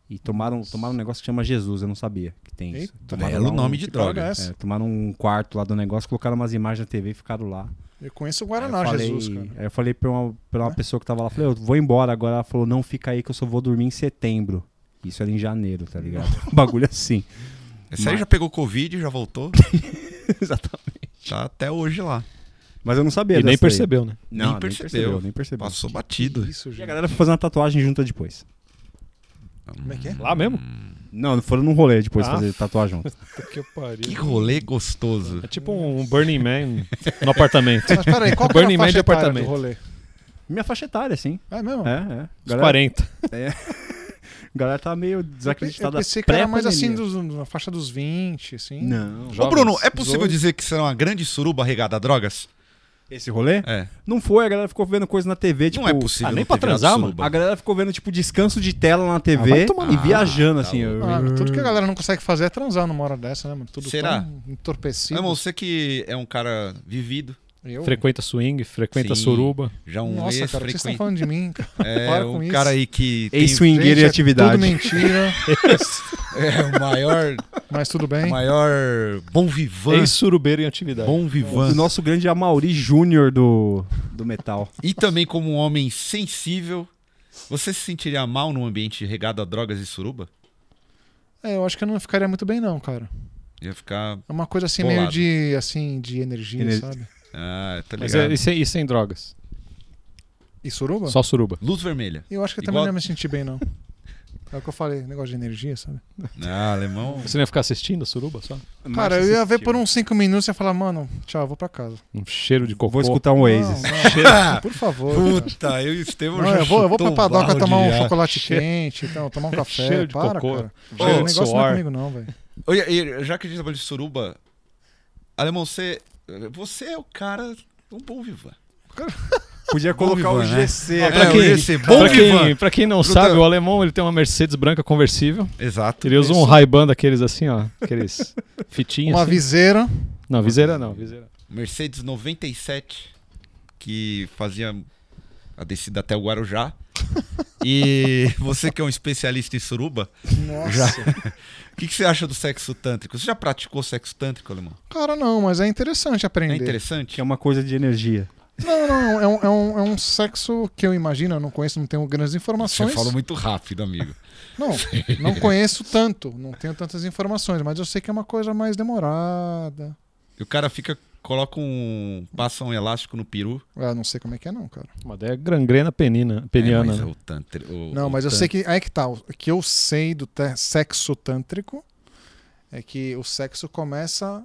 [SPEAKER 5] e tomaram, tomaram um negócio que chama Jesus, eu não sabia que tem isso.
[SPEAKER 3] Eita,
[SPEAKER 5] Tomaram
[SPEAKER 4] Belo
[SPEAKER 5] lá um-
[SPEAKER 4] nome de
[SPEAKER 3] que droga
[SPEAKER 4] droga.
[SPEAKER 3] é
[SPEAKER 5] é, tomaram um quarto lá do negócio, colocaram umas imagens na TV e ficaram lá.
[SPEAKER 3] Eu conheço o
[SPEAKER 5] Aí eu
[SPEAKER 3] Guaraná,
[SPEAKER 5] falei-
[SPEAKER 3] Ah, Jesus, cara. Né?
[SPEAKER 5] Aí eu falei pra uma, pra uma pessoa que tava lá, falei, eu vou embora agora. Ela falou, não fica aí que eu só vou dormir em setembro. Isso era em janeiro, tá ligado? Um bagulho assim.
[SPEAKER 4] Esse aí já pegou Covid, já voltou.
[SPEAKER 5] Exatamente.
[SPEAKER 4] Tá até hoje lá.
[SPEAKER 5] Mas eu não sabia
[SPEAKER 2] E nem
[SPEAKER 5] dessa daí.
[SPEAKER 2] percebeu, né?
[SPEAKER 5] Não,
[SPEAKER 4] Nem
[SPEAKER 5] nem
[SPEAKER 4] percebeu.
[SPEAKER 5] percebeu. nem percebeu.
[SPEAKER 4] Passou batido.
[SPEAKER 3] Isso,
[SPEAKER 5] E a
[SPEAKER 3] gente.
[SPEAKER 5] galera foi fazer uma tatuagem junta depois.
[SPEAKER 3] Como é que é?
[SPEAKER 2] Lá mesmo?
[SPEAKER 5] Não, foram num rolê depois
[SPEAKER 2] Ah.
[SPEAKER 5] fazer tatuagem junto.
[SPEAKER 2] Que pariu.
[SPEAKER 4] Que rolê gostoso.
[SPEAKER 2] É tipo um Burning Man no apartamento.
[SPEAKER 3] Mas peraí, qual que era
[SPEAKER 2] Burning
[SPEAKER 3] a
[SPEAKER 2] Man
[SPEAKER 3] faixa etária
[SPEAKER 2] departamento.
[SPEAKER 3] do rolê?
[SPEAKER 5] Minha faixa etária, sim.
[SPEAKER 3] É mesmo?
[SPEAKER 5] É, é.
[SPEAKER 2] Os 40.
[SPEAKER 5] a galera tá meio
[SPEAKER 3] Eu pe- eu
[SPEAKER 5] desacreditada.
[SPEAKER 3] pensei que era mais assim,
[SPEAKER 5] pré-pandemia.
[SPEAKER 3] dos, na faixa dos 20, assim.
[SPEAKER 5] Não.
[SPEAKER 4] Ô, Bruno, é
[SPEAKER 2] Jovens,
[SPEAKER 4] possível
[SPEAKER 2] dois.
[SPEAKER 4] dizer que será uma grande suruba regada a drogas?
[SPEAKER 5] Esse rolê?
[SPEAKER 4] É.
[SPEAKER 5] Não foi, a galera ficou vendo coisa na TV, tipo...
[SPEAKER 4] não é possível.
[SPEAKER 2] ah, nem
[SPEAKER 4] não
[SPEAKER 2] pra
[SPEAKER 4] ter virado
[SPEAKER 2] transar, mano.
[SPEAKER 4] suruba.
[SPEAKER 5] A galera ficou vendo, tipo, descanso de tela na
[SPEAKER 2] Ah,
[SPEAKER 5] TV
[SPEAKER 2] vai tomar
[SPEAKER 5] e
[SPEAKER 4] no-
[SPEAKER 5] viajando,
[SPEAKER 4] Ah, tá
[SPEAKER 5] assim. eu-
[SPEAKER 3] Ah, tudo que a galera não consegue fazer é transar numa hora dessa, né, mano? Tudo
[SPEAKER 4] Será?
[SPEAKER 3] tão entorpecido.
[SPEAKER 4] Não, você que é um cara vivido,
[SPEAKER 3] Eu?
[SPEAKER 2] Frequenta swing, frequenta
[SPEAKER 4] Sim.
[SPEAKER 2] suruba.
[SPEAKER 4] já um
[SPEAKER 3] Nossa, cara, o que vocês estão
[SPEAKER 4] ex-frequente.
[SPEAKER 3] falando de mim? cara?
[SPEAKER 4] É,
[SPEAKER 3] Para
[SPEAKER 4] um
[SPEAKER 3] com isso.
[SPEAKER 4] cara aí que tem
[SPEAKER 5] Ex-swingueiro
[SPEAKER 3] Gente,
[SPEAKER 5] e
[SPEAKER 3] é
[SPEAKER 5] atividade.
[SPEAKER 3] Tudo mentira,
[SPEAKER 4] é, o maior,
[SPEAKER 3] mas tudo
[SPEAKER 4] o
[SPEAKER 3] bem.
[SPEAKER 4] maior bom vivan.
[SPEAKER 2] Ex-surubeiro em atividade.
[SPEAKER 4] Bom
[SPEAKER 5] O
[SPEAKER 4] vivan.
[SPEAKER 5] nosso grande Amauri Júnior do, do metal.
[SPEAKER 4] E também como um homem sensível. Você se sentiria mal num ambiente regado a drogas e suruba?
[SPEAKER 3] É, eu acho que eu não ficaria muito bem, não, cara.
[SPEAKER 4] Ia ficar.
[SPEAKER 3] É uma coisa assim, meio
[SPEAKER 4] Bolado.
[SPEAKER 3] de, assim, de energia,
[SPEAKER 5] Ener-
[SPEAKER 3] sabe?
[SPEAKER 4] Ah, tá
[SPEAKER 2] Mas
[SPEAKER 4] ligado.
[SPEAKER 2] é, e, sem, e sem drogas?
[SPEAKER 3] E suruba?
[SPEAKER 2] Só suruba.
[SPEAKER 4] Luz vermelha.
[SPEAKER 3] Eu acho que eu
[SPEAKER 4] Igual-
[SPEAKER 3] também não ia me sentir bem, não. É o que eu falei, negócio de energia, sabe?
[SPEAKER 4] Ah, alemão.
[SPEAKER 2] Você não ia ficar assistindo a suruba só?
[SPEAKER 3] Cara, eu ia ver por um uns 5 minutos e ia falar, mano, tchau, vou pra casa.
[SPEAKER 2] Um cheiro de cocô.
[SPEAKER 5] Vou escutar um Oasis.
[SPEAKER 3] Não, não,
[SPEAKER 4] Ah,
[SPEAKER 3] por favor. cara.
[SPEAKER 4] Puta, eu e o Estevão
[SPEAKER 3] Não,
[SPEAKER 4] já
[SPEAKER 3] eu vou, eu vou pra
[SPEAKER 4] chutou
[SPEAKER 3] padoca
[SPEAKER 4] balde,
[SPEAKER 3] tomar um
[SPEAKER 4] já.
[SPEAKER 3] chocolate
[SPEAKER 2] Cheiro-
[SPEAKER 3] quente, então, tomar um café.
[SPEAKER 2] Cheiro de
[SPEAKER 3] para,
[SPEAKER 2] cocô.
[SPEAKER 3] cara.
[SPEAKER 4] Ô,
[SPEAKER 3] O negócio não é
[SPEAKER 2] suor.
[SPEAKER 3] comigo, não, velho.
[SPEAKER 4] Olha, e já que a gente tá falando de suruba, alemão, você, você é o cara um bom vivan.
[SPEAKER 5] Podia
[SPEAKER 4] Bom
[SPEAKER 5] colocar o
[SPEAKER 4] Ivan, né?
[SPEAKER 5] GC.
[SPEAKER 2] Ah,
[SPEAKER 5] aqui.
[SPEAKER 2] pra
[SPEAKER 4] é,
[SPEAKER 2] quem-
[SPEAKER 4] esse bom
[SPEAKER 2] pra,
[SPEAKER 4] vivan.
[SPEAKER 2] quem, pra quem não
[SPEAKER 4] Brutal.
[SPEAKER 2] sabe, o alemão ele tem uma Mercedes branca conversível.
[SPEAKER 4] Exato.
[SPEAKER 2] Ele usa um Ray-Ban daqueles assim, ó. Aqueles fitinhos.
[SPEAKER 3] Uma
[SPEAKER 2] assim.
[SPEAKER 3] viseira.
[SPEAKER 2] Não, viseira não. Viseira.
[SPEAKER 4] Mercedes 97, que fazia a descida até o Guarujá. E você que é um especialista em suruba,
[SPEAKER 3] Nossa.
[SPEAKER 4] o que, que você acha do sexo tântrico? Você já praticou sexo tântrico, alemão?
[SPEAKER 3] Cara, não, mas é
[SPEAKER 4] É
[SPEAKER 3] interessante aprender.
[SPEAKER 4] interessante?
[SPEAKER 5] é uma coisa de energia.
[SPEAKER 3] Não, não, é um, é, um, é um sexo que eu imagino, eu não conheço, não tenho grandes
[SPEAKER 4] Você
[SPEAKER 3] informações.
[SPEAKER 4] falou muito rápido, amigo.
[SPEAKER 3] Não, não conheço tanto, não tenho tantas informações, mas eu sei que é uma coisa mais demorada.
[SPEAKER 4] E o cara fica, coloca um. passa um elástico no peru.
[SPEAKER 3] Ah, não sei como é que é não, cara.
[SPEAKER 2] Uma daí é gangrena penina, peniana.
[SPEAKER 4] É, mas é
[SPEAKER 2] né?
[SPEAKER 4] o tantra, o-
[SPEAKER 3] Não,
[SPEAKER 4] o
[SPEAKER 3] mas eu
[SPEAKER 4] tan-
[SPEAKER 3] sei que. Aí que tá. O que eu sei do te- sexo tântrico é que o sexo começa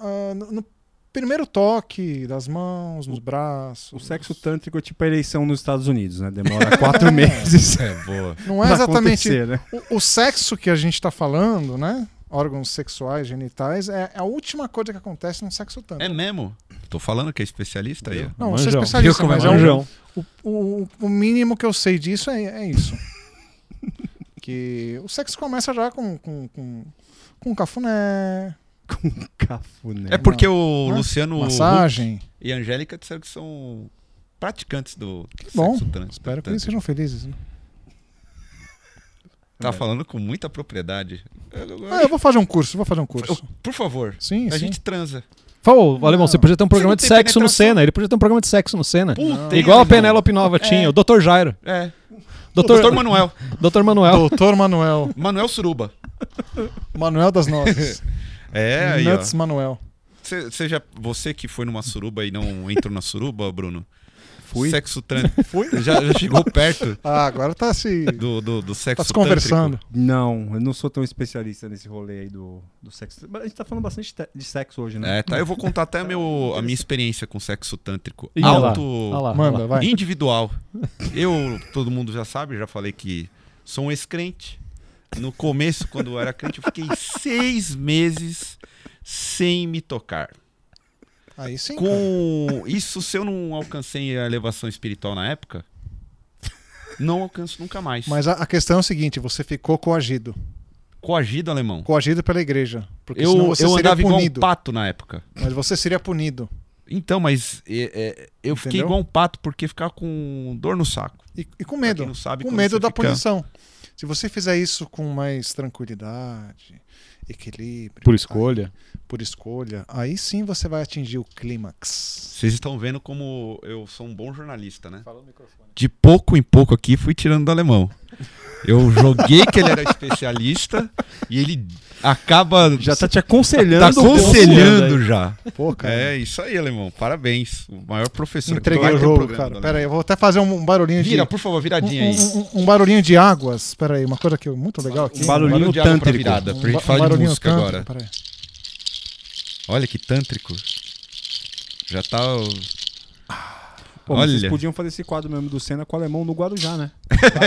[SPEAKER 3] ah, no, no primeiro toque das mãos, nos braços.
[SPEAKER 5] O sexo tântrico é tipo a eleição nos Estados Unidos, né? Demora quatro meses.
[SPEAKER 4] É, boa.
[SPEAKER 3] Não é
[SPEAKER 5] pra
[SPEAKER 3] exatamente.
[SPEAKER 5] acontecer, né?
[SPEAKER 3] O, o sexo que a gente tá falando, né? Órgãos sexuais, genitais, é a última coisa que acontece no sexo
[SPEAKER 4] É
[SPEAKER 3] tântrico.
[SPEAKER 4] mesmo? Tô falando que é especialista aí. ó.
[SPEAKER 3] não, não sou
[SPEAKER 2] Manjão.
[SPEAKER 3] especialista,
[SPEAKER 2] Viu como
[SPEAKER 3] mas
[SPEAKER 2] é
[SPEAKER 3] é um-
[SPEAKER 2] manjão?
[SPEAKER 3] O, o, o mínimo que eu sei disso é, é isso. que o sexo começa já com, com, com, com cafuné,
[SPEAKER 5] Cafuné.
[SPEAKER 4] É porque o
[SPEAKER 3] Não.
[SPEAKER 4] Luciano
[SPEAKER 3] massagem.
[SPEAKER 4] Huck e a Angélica disseram que são praticantes do que
[SPEAKER 3] bom.
[SPEAKER 4] sexo trans.
[SPEAKER 3] Espero que eles sejam felizes. Né?
[SPEAKER 4] Uhum. Tá falando com muita propriedade. Eu- eu-
[SPEAKER 3] Ah, eu vou fazer um curso, vou fazer um curso.
[SPEAKER 4] eu- por favor,
[SPEAKER 3] Sim,
[SPEAKER 4] a
[SPEAKER 3] sim.
[SPEAKER 4] gente transa.
[SPEAKER 2] Falou, alemão,
[SPEAKER 3] Não.
[SPEAKER 2] você podia ter um programa
[SPEAKER 4] não
[SPEAKER 2] de
[SPEAKER 4] tem
[SPEAKER 2] sexo no
[SPEAKER 4] penetração.
[SPEAKER 2] Senna. Ele podia ter um programa de sexo no Senna.
[SPEAKER 4] Puta,
[SPEAKER 2] Igual a
[SPEAKER 4] irmão.
[SPEAKER 2] Penélope Nova tinha, o Dr. Jairo.
[SPEAKER 4] É.
[SPEAKER 2] Dr.
[SPEAKER 4] Doutor Manuel.
[SPEAKER 2] Dr. Manuel.
[SPEAKER 3] Doutor Manuel.
[SPEAKER 4] Manuel Suruba.
[SPEAKER 3] Manuel das Nossas.
[SPEAKER 4] É, aí, ó.
[SPEAKER 3] Nuts Manuel.
[SPEAKER 4] Você, você já, você que foi numa suruba e não entrou na suruba, Bruno?
[SPEAKER 5] Fui.
[SPEAKER 4] Sexo tântrico.
[SPEAKER 3] Fui?
[SPEAKER 4] Já, já chegou perto
[SPEAKER 3] Ah, agora tá se.
[SPEAKER 4] do, do, do sexo
[SPEAKER 3] Tá se conversando.
[SPEAKER 4] tântrico?
[SPEAKER 5] Não, eu não sou tão especialista nesse rolê aí do, do sexo. Mas A gente tá falando bastante te- de sexo hoje, né?
[SPEAKER 4] É, tá. Eu vou contar até meu, a minha experiência com sexo tântrico.
[SPEAKER 2] Ih, olha lá,
[SPEAKER 4] Alto.
[SPEAKER 2] olha lá, olha
[SPEAKER 3] Manda,
[SPEAKER 2] lá.
[SPEAKER 3] vai.
[SPEAKER 4] Individual. Eu, todo mundo já sabe, já falei que sou um ex-crente. No começo, quando eu era crente, eu fiquei seis meses sem me tocar.
[SPEAKER 3] Aí sim. cara.
[SPEAKER 4] Com isso, se eu não alcancei a elevação espiritual na época, não alcanço nunca mais.
[SPEAKER 3] Mas a, a questão é o seguinte: você ficou coagido.
[SPEAKER 4] Coagido, alemão.
[SPEAKER 3] Coagido pela igreja. Porque senão
[SPEAKER 4] Eu,
[SPEAKER 3] você
[SPEAKER 4] eu
[SPEAKER 3] seria
[SPEAKER 4] andava igual um
[SPEAKER 3] punido.
[SPEAKER 4] pato na época.
[SPEAKER 3] Mas você seria punido.
[SPEAKER 4] Então, mas é, é, eu fiquei
[SPEAKER 3] Entendeu?
[SPEAKER 4] igual um pato porque ficava com dor no saco.
[SPEAKER 3] E, e com
[SPEAKER 4] Pra
[SPEAKER 3] medo.
[SPEAKER 4] quem não sabe,
[SPEAKER 3] com
[SPEAKER 4] quando
[SPEAKER 3] medo
[SPEAKER 4] você
[SPEAKER 3] da
[SPEAKER 4] fica-
[SPEAKER 3] punição. Se você fizer isso com mais tranquilidade, equilíbrio.
[SPEAKER 2] Por escolha.
[SPEAKER 3] aí- por escolha, aí sim você vai atingir o clímax.
[SPEAKER 4] Vocês estão vendo como eu sou um bom jornalista, né?
[SPEAKER 2] Fala no microfone.
[SPEAKER 4] De pouco em pouco aqui fui tirando do alemão. Eu joguei que ele era especialista e ele acaba
[SPEAKER 5] Já tá te
[SPEAKER 4] tá
[SPEAKER 5] aconselhando.
[SPEAKER 4] aconselhando já.
[SPEAKER 3] um né? Pô, cara.
[SPEAKER 4] É isso aí, alemão. Parabéns. O maior professor
[SPEAKER 3] Entreguei
[SPEAKER 4] vai
[SPEAKER 3] o
[SPEAKER 4] ter
[SPEAKER 3] jogo,
[SPEAKER 4] programa
[SPEAKER 3] cara.
[SPEAKER 4] do
[SPEAKER 3] Pera aí, eu vou até fazer um, um barulhinho
[SPEAKER 4] alemão.
[SPEAKER 3] de.
[SPEAKER 4] Vira, por favor, viradinha aí.
[SPEAKER 3] um, um- um barulhinho de águas. Pera aí, uma coisa que é muito legal aqui.
[SPEAKER 5] Um barulhinho
[SPEAKER 4] de água pra
[SPEAKER 5] tântrico.
[SPEAKER 4] virada, pra gente
[SPEAKER 3] ba-
[SPEAKER 4] falar de
[SPEAKER 3] Um barulhinho
[SPEAKER 4] música
[SPEAKER 3] tanto,
[SPEAKER 4] agora.
[SPEAKER 3] pera aí.
[SPEAKER 4] Olha que tântrico. Já tá. o-
[SPEAKER 5] Pô, mas
[SPEAKER 4] Olha.
[SPEAKER 5] Vocês podiam fazer esse quadro mesmo do Senna com o alemão no Guarujá, né?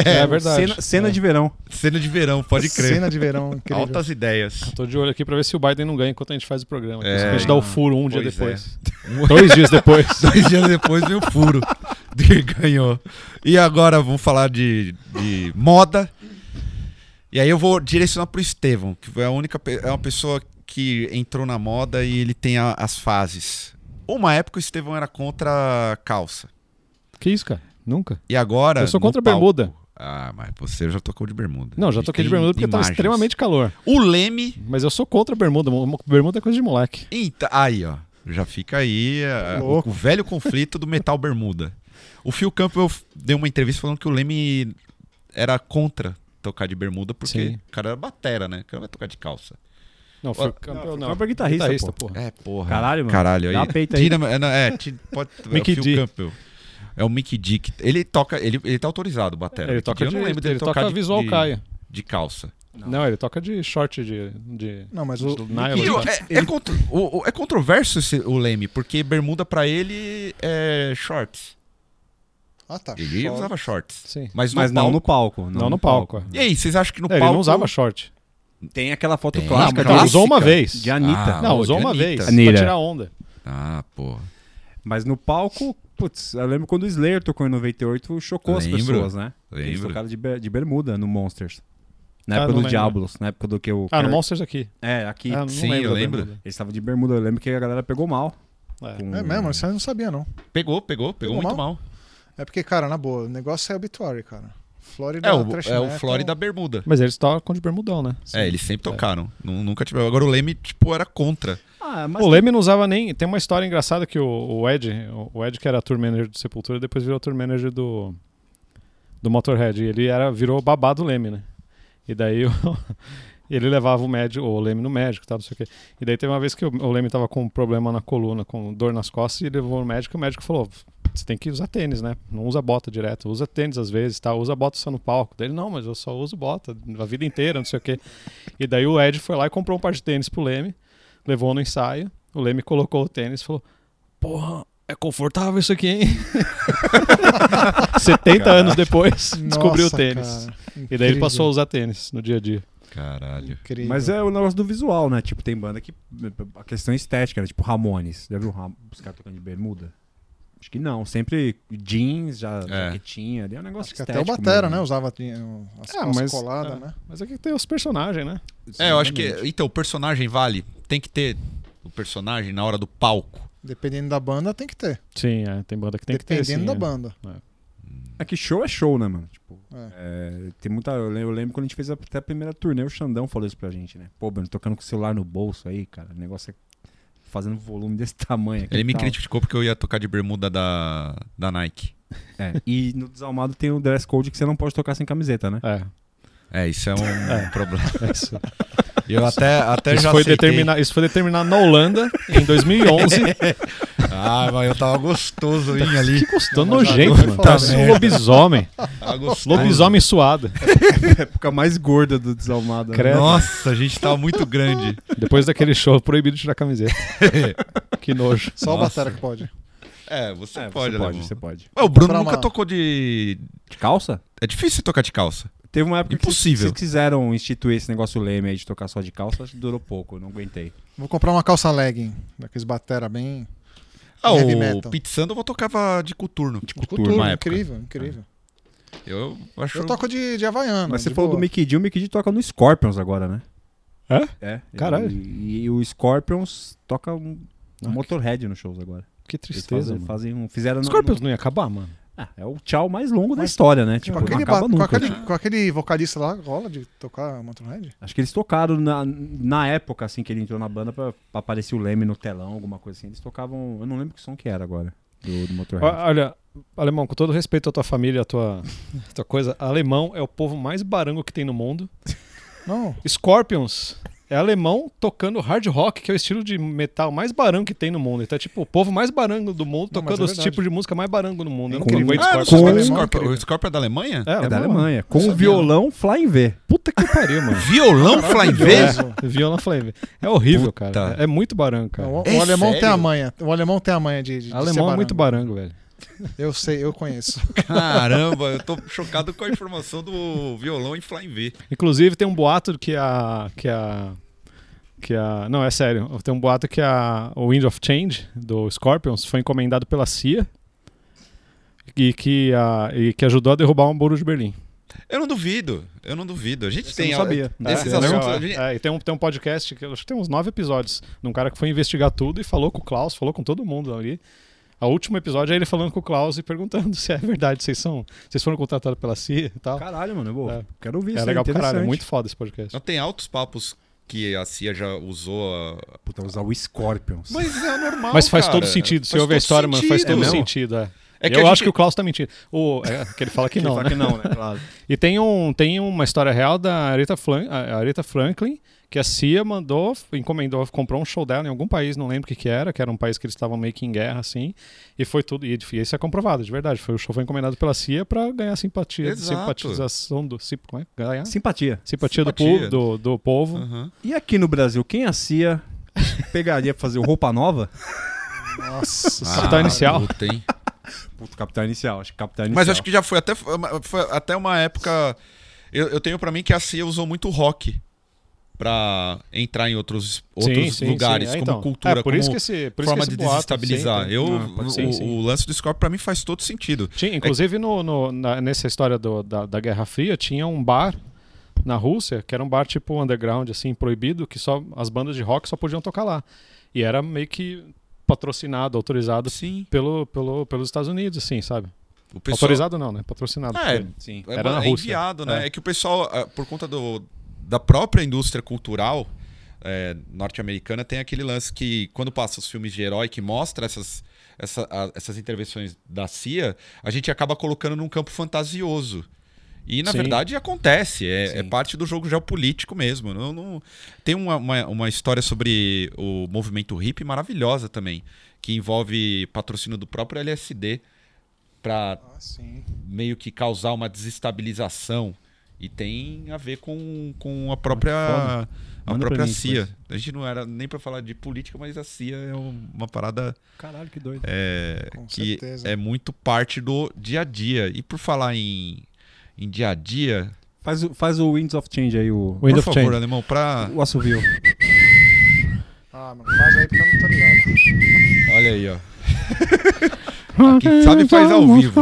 [SPEAKER 2] É, verdade.
[SPEAKER 5] Cena, cena de verão.
[SPEAKER 4] Cena de verão, pode crer.
[SPEAKER 3] Cena de verão, incrível.
[SPEAKER 4] Altas ideias.
[SPEAKER 2] Tô de olho aqui pra ver se o Biden não ganha enquanto a gente faz o programa.
[SPEAKER 4] É.
[SPEAKER 2] É, a gente dá o furo um dia
[SPEAKER 4] Pois
[SPEAKER 2] depois. Dois dias depois.
[SPEAKER 4] Dois dias depois veio o furo. de Ganhou. E agora vamos falar de, de moda. E aí eu vou direcionar pro Estevão, que é a única pe- é uma pessoa que entrou na moda e ele tem a- as fases. Uma época o Estevão era contra a calça.
[SPEAKER 2] Que isso, cara? Nunca.
[SPEAKER 4] E agora.
[SPEAKER 2] Eu sou
[SPEAKER 4] no
[SPEAKER 2] contra a
[SPEAKER 4] palco-
[SPEAKER 2] bermuda.
[SPEAKER 4] Ah, mas você já tocou de bermuda.
[SPEAKER 2] Não, já
[SPEAKER 4] A gente
[SPEAKER 2] toquei de
[SPEAKER 4] tem
[SPEAKER 2] bermuda porque tá
[SPEAKER 4] imagens.
[SPEAKER 2] extremamente calor.
[SPEAKER 4] O Leme.
[SPEAKER 2] Mas eu sou contra a bermuda. Mo- Bermuda é coisa de moleque.
[SPEAKER 4] Eita, aí, ó. Já fica aí a-
[SPEAKER 3] Tá
[SPEAKER 4] o,
[SPEAKER 3] louco.
[SPEAKER 4] o velho conflito do metal bermuda. O Phil Campbell f- deu uma entrevista falando que o Leme era contra tocar de bermuda porque
[SPEAKER 2] Sim.
[SPEAKER 4] o cara era batera, né? O cara não vai tocar de calça.
[SPEAKER 2] Não, foi campeão, não.
[SPEAKER 5] Não, Ah, pra guitarrista,
[SPEAKER 2] Guitarrista,
[SPEAKER 5] pô.
[SPEAKER 2] porra.
[SPEAKER 4] É, porra.
[SPEAKER 5] Caralho, mano.
[SPEAKER 4] Caralho, aí.
[SPEAKER 5] Dá peito aí.
[SPEAKER 4] Tira- é, não, é, ti- pode, é o
[SPEAKER 2] Mickey
[SPEAKER 4] Phil
[SPEAKER 2] D.
[SPEAKER 4] Campbell. É o Mickey Dick. Ele toca, ele, ele tá autorizado, batera.
[SPEAKER 2] Ele
[SPEAKER 4] Mickey
[SPEAKER 2] toca
[SPEAKER 4] D,
[SPEAKER 2] de,
[SPEAKER 4] eu não lembro dele
[SPEAKER 2] ele
[SPEAKER 4] tocar
[SPEAKER 2] toca
[SPEAKER 4] de,
[SPEAKER 2] visual
[SPEAKER 4] de,
[SPEAKER 2] caia.
[SPEAKER 4] de calça.
[SPEAKER 2] Não. ele toca de short de, de
[SPEAKER 3] Não, mas o,
[SPEAKER 2] nylon.
[SPEAKER 4] E o- é, é contro- o- o- é controverso esse- o Leme, porque bermuda pra ele é shorts.
[SPEAKER 3] Ah, tá.
[SPEAKER 4] Ele
[SPEAKER 3] Short.
[SPEAKER 4] usava shorts.
[SPEAKER 2] Sim.
[SPEAKER 4] Mas,
[SPEAKER 5] Mas não no palco.
[SPEAKER 2] Não, no palco. é.
[SPEAKER 4] E aí, vocês acham que no
[SPEAKER 2] É, ele
[SPEAKER 4] palco...
[SPEAKER 2] não usava short.
[SPEAKER 5] Tem Ah, aquela foto
[SPEAKER 4] Tem,
[SPEAKER 5] é clássica
[SPEAKER 4] mas
[SPEAKER 2] Então,
[SPEAKER 4] clássica.
[SPEAKER 5] de-
[SPEAKER 2] usou uma vez.
[SPEAKER 5] de Anitta.
[SPEAKER 4] Ah.
[SPEAKER 2] Não, usou
[SPEAKER 4] de
[SPEAKER 2] uma
[SPEAKER 4] Anitta.
[SPEAKER 2] vez.
[SPEAKER 5] Anira.
[SPEAKER 2] Pra tirar onda.
[SPEAKER 4] Ah, pô.
[SPEAKER 5] Mas no palco, putz, eu lembro quando o Slayer tocou em 98, chocou as
[SPEAKER 4] Lembro.
[SPEAKER 5] pessoas, né? Eles
[SPEAKER 4] Lembro.
[SPEAKER 5] tocaram de, ber- de bermuda no Monsters. Na
[SPEAKER 2] Ah,
[SPEAKER 5] época
[SPEAKER 2] não
[SPEAKER 5] do
[SPEAKER 2] lembro.
[SPEAKER 5] Diablos, na época do que o...
[SPEAKER 2] Ah, no
[SPEAKER 5] Kurt-
[SPEAKER 2] Monsters aqui.
[SPEAKER 5] É, aqui.
[SPEAKER 2] Ah, não
[SPEAKER 4] Sim,
[SPEAKER 2] lembro
[SPEAKER 4] eu
[SPEAKER 2] da
[SPEAKER 4] lembro.
[SPEAKER 2] bermuda.
[SPEAKER 5] Eles estavam de bermuda, eu lembro que a galera pegou mal.
[SPEAKER 2] É.
[SPEAKER 5] Com-
[SPEAKER 3] É mesmo, isso eu não sabia, não.
[SPEAKER 4] Pegou, pegou, pegou
[SPEAKER 3] Pegou
[SPEAKER 4] muito mal.
[SPEAKER 3] É porque, cara, na boa, o negócio é obituário, cara. Flórida,
[SPEAKER 4] É o,
[SPEAKER 3] thrash
[SPEAKER 4] é o
[SPEAKER 3] metal.
[SPEAKER 4] Florida bermuda.
[SPEAKER 2] Mas eles tocam de bermudão, né?
[SPEAKER 4] É, eles sempre tocaram. Nu- Nunca tiveram. Agora o Leme, tipo, era contra.
[SPEAKER 5] Ah, mas...
[SPEAKER 2] O Leme não usava nem. Tem uma história engraçada que o, o Ed, o- o Ed que era tour manager do Sepultura, depois virou tour manager do, do Motorhead. E ele era, virou babá do Leme, né? E daí o- ele levava o médico, o Leme no médico, tá, não sei o quê. E daí teve uma vez que o, o Leme tava com um problema na coluna, com dor nas costas, e ele levou o médico e o médico falou: você tem que usar tênis, né? Não usa bota direto, usa tênis às vezes, tá? Usa bota só no palco. Daí ele, não, mas eu só uso bota a vida inteira, não sei o quê. E daí o Ed foi lá e comprou um par de tênis pro Leme, levou no ensaio, o Leme colocou o tênis e falou: Porra, é confortável isso aqui, hein? 70 anos depois, descobriu o
[SPEAKER 3] Nossa,
[SPEAKER 2] tênis.
[SPEAKER 3] cara,
[SPEAKER 2] E daí ele
[SPEAKER 3] incrível,
[SPEAKER 2] passou a usar tênis no dia a dia.
[SPEAKER 4] Caralho.
[SPEAKER 3] Incrível.
[SPEAKER 5] Mas é o negócio do visual, né? Tipo, tem banda que. A questão estética, né? Tipo, Ramones. Já viu Ram- os caras tocando de bermuda? Acho que não. Sempre jeans, já jaquetinha. ali, É um negócio
[SPEAKER 3] Acho que
[SPEAKER 5] que
[SPEAKER 3] até o
[SPEAKER 5] estético.
[SPEAKER 3] Batera,
[SPEAKER 5] mesmo.
[SPEAKER 3] né? Usava eh, as
[SPEAKER 2] Ah,
[SPEAKER 3] calças
[SPEAKER 2] mas-
[SPEAKER 3] coladas,
[SPEAKER 2] ah.
[SPEAKER 3] né?
[SPEAKER 2] Mas aqui tem os personagens, né?
[SPEAKER 4] É, eu acho que.
[SPEAKER 5] Exatamente.
[SPEAKER 4] Então, o personagem vale. Tem que ter o personagem na hora do palco.
[SPEAKER 3] Dependendo da banda, tem que ter.
[SPEAKER 2] Sim, é, tem banda que tem
[SPEAKER 3] Dependendo
[SPEAKER 2] que ter. sim,
[SPEAKER 3] da
[SPEAKER 2] é.
[SPEAKER 3] banda.
[SPEAKER 5] É que show é show, né, mano? Tipo, é, tem muita. Eu lem- eu lembro quando a gente fez até a primeira turnê, o Xandão falou isso pra gente, né? Pô, Bruno, tocando com o celular no bolso aí, cara. O negócio é fazendo volume desse tamanho aqui.
[SPEAKER 4] Ele
[SPEAKER 5] e
[SPEAKER 4] me
[SPEAKER 5] tal.
[SPEAKER 4] criticou porque eu ia tocar de bermuda da, da Nike.
[SPEAKER 5] É, E no Desalmado tem o dress code que você não pode tocar sem camiseta, né?
[SPEAKER 2] É,
[SPEAKER 4] É, isso é um
[SPEAKER 2] É.
[SPEAKER 4] problema.
[SPEAKER 2] é isso.
[SPEAKER 4] Eu até, até
[SPEAKER 2] Isso
[SPEAKER 4] já
[SPEAKER 2] foi,
[SPEAKER 4] aceitei.
[SPEAKER 2] determina- isso foi determinado na Holanda em 2011.
[SPEAKER 4] Ah, mas eu tava gostoso, hein, É ali.
[SPEAKER 2] Gostou nojento, mano. Parece um
[SPEAKER 4] merda.
[SPEAKER 2] lobisomem.
[SPEAKER 4] Tava gostoso.
[SPEAKER 2] Lobisomem suado.
[SPEAKER 5] época mais gorda do Desalmado. né?
[SPEAKER 2] Credo.
[SPEAKER 4] Nossa, a gente tava muito grande.
[SPEAKER 2] Depois daquele show, proibido de tirar camiseta. que nojo.
[SPEAKER 3] Só o
[SPEAKER 4] Nossa.
[SPEAKER 3] Batera que pode.
[SPEAKER 4] É, você
[SPEAKER 5] É,
[SPEAKER 4] pode,
[SPEAKER 5] você
[SPEAKER 4] Alemão.
[SPEAKER 5] pode, você pode.
[SPEAKER 4] Mas O Bruno
[SPEAKER 3] Pra
[SPEAKER 4] nunca
[SPEAKER 3] uma-
[SPEAKER 4] tocou de...
[SPEAKER 5] De calça?
[SPEAKER 4] É difícil tocar de calça.
[SPEAKER 5] Teve uma época
[SPEAKER 4] Impossível.
[SPEAKER 5] que vocês quiseram instituir esse negócio leme aí de tocar só de calça, acho que durou pouco, eu não aguentei.
[SPEAKER 3] Vou comprar uma calça legging, daqueles Batera bem.
[SPEAKER 4] Ah,
[SPEAKER 3] Heavy
[SPEAKER 4] o
[SPEAKER 3] metal.
[SPEAKER 4] Pete Sandoval tocava de coturno.
[SPEAKER 5] De
[SPEAKER 4] uma
[SPEAKER 3] Cultura,
[SPEAKER 4] época.
[SPEAKER 3] incrível, incrível.
[SPEAKER 4] Eu acho...
[SPEAKER 3] Eu toco de, de Havaiana.
[SPEAKER 5] Mas você
[SPEAKER 3] de
[SPEAKER 5] falou
[SPEAKER 3] boa.
[SPEAKER 5] do Mickey D, o Mickey D toca no Scorpions agora, né?
[SPEAKER 2] É?
[SPEAKER 5] É.
[SPEAKER 2] Caralho.
[SPEAKER 5] E, e o Scorpions toca um Motorhead nos shows agora.
[SPEAKER 2] Que
[SPEAKER 5] Eles
[SPEAKER 2] tristeza,
[SPEAKER 5] fazem,
[SPEAKER 2] mano.
[SPEAKER 5] fazem um. Fizeram no-
[SPEAKER 2] Scorpions não ia acabar, mano.
[SPEAKER 5] no- ah, é o tchau mais longo da história, né? Tipo,
[SPEAKER 3] Com
[SPEAKER 5] não
[SPEAKER 3] aquele,
[SPEAKER 5] acaba
[SPEAKER 3] ba- com,
[SPEAKER 5] nunca.
[SPEAKER 3] aquele, com aquele vocalista lá, rola de tocar Motorhead?
[SPEAKER 5] Acho que eles tocaram na, na época, assim, que ele entrou na banda pra, pra aparecer o Leme no telão, alguma coisa assim. Eles tocavam. Eu não lembro que som que era agora do, do
[SPEAKER 2] Ó,
[SPEAKER 5] Motorhead.
[SPEAKER 2] Olha, alemão, com todo respeito à tua família, à tua, à tua coisa, alemão é o povo mais barango que tem no mundo.
[SPEAKER 3] Não.
[SPEAKER 2] Scorpions é alemão tocando hard rock, que é o estilo de metal mais barango que tem no mundo. Então é tipo o povo mais barango do mundo
[SPEAKER 3] Não, mas
[SPEAKER 2] tocando
[SPEAKER 3] é
[SPEAKER 2] os
[SPEAKER 3] verdade.
[SPEAKER 2] tipos de música mais barango no mundo. Eu não
[SPEAKER 5] Com-
[SPEAKER 2] aguento
[SPEAKER 4] Ah, não
[SPEAKER 2] Scorpions.
[SPEAKER 4] sei se
[SPEAKER 3] Com-
[SPEAKER 4] o Scorpion- o Scorpion é da Alemanha?
[SPEAKER 2] É,
[SPEAKER 5] é da
[SPEAKER 2] alemão, mano.
[SPEAKER 5] Alemanha. Com
[SPEAKER 3] sabia,
[SPEAKER 5] o violão Flying V.
[SPEAKER 2] Puta que pariu, mano.
[SPEAKER 4] Violão Fly V?
[SPEAKER 3] Maravilhoso.
[SPEAKER 2] Viola Flame. É horrível,
[SPEAKER 4] Tá Puta.
[SPEAKER 2] cara. É é muito barango, cara.
[SPEAKER 3] Não, o,
[SPEAKER 4] É
[SPEAKER 3] o alemão
[SPEAKER 4] sério?
[SPEAKER 3] tem a manha. O alemão tem a manha de, de, de ser
[SPEAKER 2] alemão é
[SPEAKER 3] barango.
[SPEAKER 2] muito barango, velho.
[SPEAKER 3] Eu sei, eu conheço.
[SPEAKER 4] Caramba, eu tô chocado com a informação do violão em Fly V.
[SPEAKER 2] Inclusive, tem um boato que a. que a. que a. Não, é sério. Tem um boato que a. O Wind of Change, do Scorpions, foi encomendado pela CIA. E que, a, e que ajudou a derrubar o muro de Berlim.
[SPEAKER 4] Eu não duvido, eu não duvido. A gente
[SPEAKER 5] Esse
[SPEAKER 4] tem
[SPEAKER 5] eu não sabia.
[SPEAKER 4] Esses
[SPEAKER 2] é,
[SPEAKER 4] assuntos.
[SPEAKER 2] legal,
[SPEAKER 4] a gente-
[SPEAKER 2] é. É, e tem um, tem um podcast, que eu acho que tem uns nove episódios, de um cara que foi investigar tudo e falou com o Klaus, falou com todo mundo ali. O último episódio é ele falando com o Klaus e perguntando se é verdade, vocês são. Vocês foram contratados pela CIA e tal.
[SPEAKER 5] Caralho, mano. Eu vou-
[SPEAKER 2] É.
[SPEAKER 5] Quero ouvir isso.
[SPEAKER 2] é
[SPEAKER 5] aí,
[SPEAKER 2] legal pra caralho, é
[SPEAKER 5] interessante.
[SPEAKER 2] muito foda esse podcast.
[SPEAKER 4] Não tem altos papos que a CIA já usou. a-
[SPEAKER 5] Puta, usar o Scorpions.
[SPEAKER 4] Mas é normal.
[SPEAKER 2] Mas faz
[SPEAKER 4] cara.
[SPEAKER 2] todo sentido. Se
[SPEAKER 4] Faz
[SPEAKER 2] houver
[SPEAKER 4] todo
[SPEAKER 2] história, mano, faz
[SPEAKER 4] sentido.
[SPEAKER 2] todo
[SPEAKER 4] É mesmo?
[SPEAKER 2] sentido. É.
[SPEAKER 4] É que
[SPEAKER 2] eu
[SPEAKER 4] a
[SPEAKER 2] acho
[SPEAKER 4] gente-
[SPEAKER 2] que o Klaus tá mentindo. O, é, que ele fala que não. né?
[SPEAKER 5] não, né? Claro.
[SPEAKER 2] E tem, um, tem uma história real da Aretha, Flan- a- a Aretha Franklin, que a CIA mandou, encomendou, comprou um show dela em algum país, não lembro o que, que era, que era um país que eles estavam meio que em guerra, assim. E foi tudo. E, e isso é comprovado, de verdade. Foi, o show foi encomendado pela CIA pra ganhar simpatia,
[SPEAKER 4] Exato.
[SPEAKER 2] simpatização do. sim- Como é? Ganhar?
[SPEAKER 5] Simpatia.
[SPEAKER 2] Simpatia, do
[SPEAKER 4] Simpatia.
[SPEAKER 2] povo.
[SPEAKER 4] Ah.
[SPEAKER 2] Do, do povo.
[SPEAKER 4] Aham.
[SPEAKER 5] E aqui no Brasil, quem a CIA pegaria pra fazer o roupa nova?
[SPEAKER 3] Nossa.
[SPEAKER 2] Capital tá inicial.
[SPEAKER 4] Ah, puta, hein?
[SPEAKER 5] Puto, Capitão Inicial. Acho que Capitão Inicial.
[SPEAKER 4] Mas acho que já foi até, foi até uma época. Eu, eu tenho pra mim que a CIA usou muito rock pra entrar em outros, outros
[SPEAKER 2] Sim, sim,
[SPEAKER 4] lugares,
[SPEAKER 2] sim. É,
[SPEAKER 4] como
[SPEAKER 2] então.
[SPEAKER 4] cultura,
[SPEAKER 2] É, por isso
[SPEAKER 4] como
[SPEAKER 2] que esse, por isso
[SPEAKER 4] forma
[SPEAKER 2] que esse
[SPEAKER 4] de
[SPEAKER 2] boato,
[SPEAKER 4] desestabilizar.
[SPEAKER 2] sim,
[SPEAKER 4] eu,
[SPEAKER 2] tem- Ah, pode ser,
[SPEAKER 4] o,
[SPEAKER 2] sim.
[SPEAKER 4] o é lance do Scorpio pra mim faz todo sentido.
[SPEAKER 2] Tinha, inclusive, no, no- na- nessa história do- da, da Guerra Fria, tinha um bar na Rússia, que era um bar tipo underground, assim, proibido, que só as bandas de rock só podiam tocar lá. E era meio que patrocinado, autorizado
[SPEAKER 4] Sim,
[SPEAKER 2] pelo, pelo, pelos Estados Unidos, assim, sabe?
[SPEAKER 4] o pessoal
[SPEAKER 2] Autorizado não, né? Patrocinado.
[SPEAKER 4] É,
[SPEAKER 2] por ele.
[SPEAKER 5] Sim.
[SPEAKER 4] é,
[SPEAKER 2] Era na
[SPEAKER 4] é
[SPEAKER 2] Rússia.
[SPEAKER 4] enviado, né?
[SPEAKER 2] É.
[SPEAKER 4] É. que o pessoal, ah, por conta do, da própria indústria cultural é, norte-americana, tem aquele lance que quando passa os filmes de herói que mostra essas, essa- a- essas intervenções da CIA, a gente acaba colocando num campo fantasioso. E, na
[SPEAKER 2] Sim.
[SPEAKER 4] verdade, acontece. É,
[SPEAKER 5] Sim.
[SPEAKER 4] é parte do jogo geopolítico mesmo. Não, não- Tem uma, uma, uma história sobre o movimento hippie maravilhosa também, que envolve patrocínio do próprio LSD para
[SPEAKER 3] Ah, sim.
[SPEAKER 4] meio que causar uma desestabilização e tem a ver com, com a própria a
[SPEAKER 5] Ah, Manda pra
[SPEAKER 4] própria
[SPEAKER 5] mim
[SPEAKER 4] CIA.
[SPEAKER 5] depois.
[SPEAKER 4] A gente não era nem pra falar de política, mas a CIA é uma parada
[SPEAKER 5] Caralho, que doido.
[SPEAKER 4] é,
[SPEAKER 3] Com
[SPEAKER 4] que
[SPEAKER 3] certeza.
[SPEAKER 4] é muito parte do dia a dia. E por falar em, em dia a dia,
[SPEAKER 5] Faz, o- faz o Winds of Change aí, o,
[SPEAKER 2] Wind
[SPEAKER 4] por
[SPEAKER 2] of
[SPEAKER 4] favor, né?
[SPEAKER 2] Change.
[SPEAKER 4] alemão, pra
[SPEAKER 5] o assovio.
[SPEAKER 3] Ah, mano, faz aí porque eu não tô ligado.
[SPEAKER 4] olha aí, ó. Quem sabe faz ao vivo.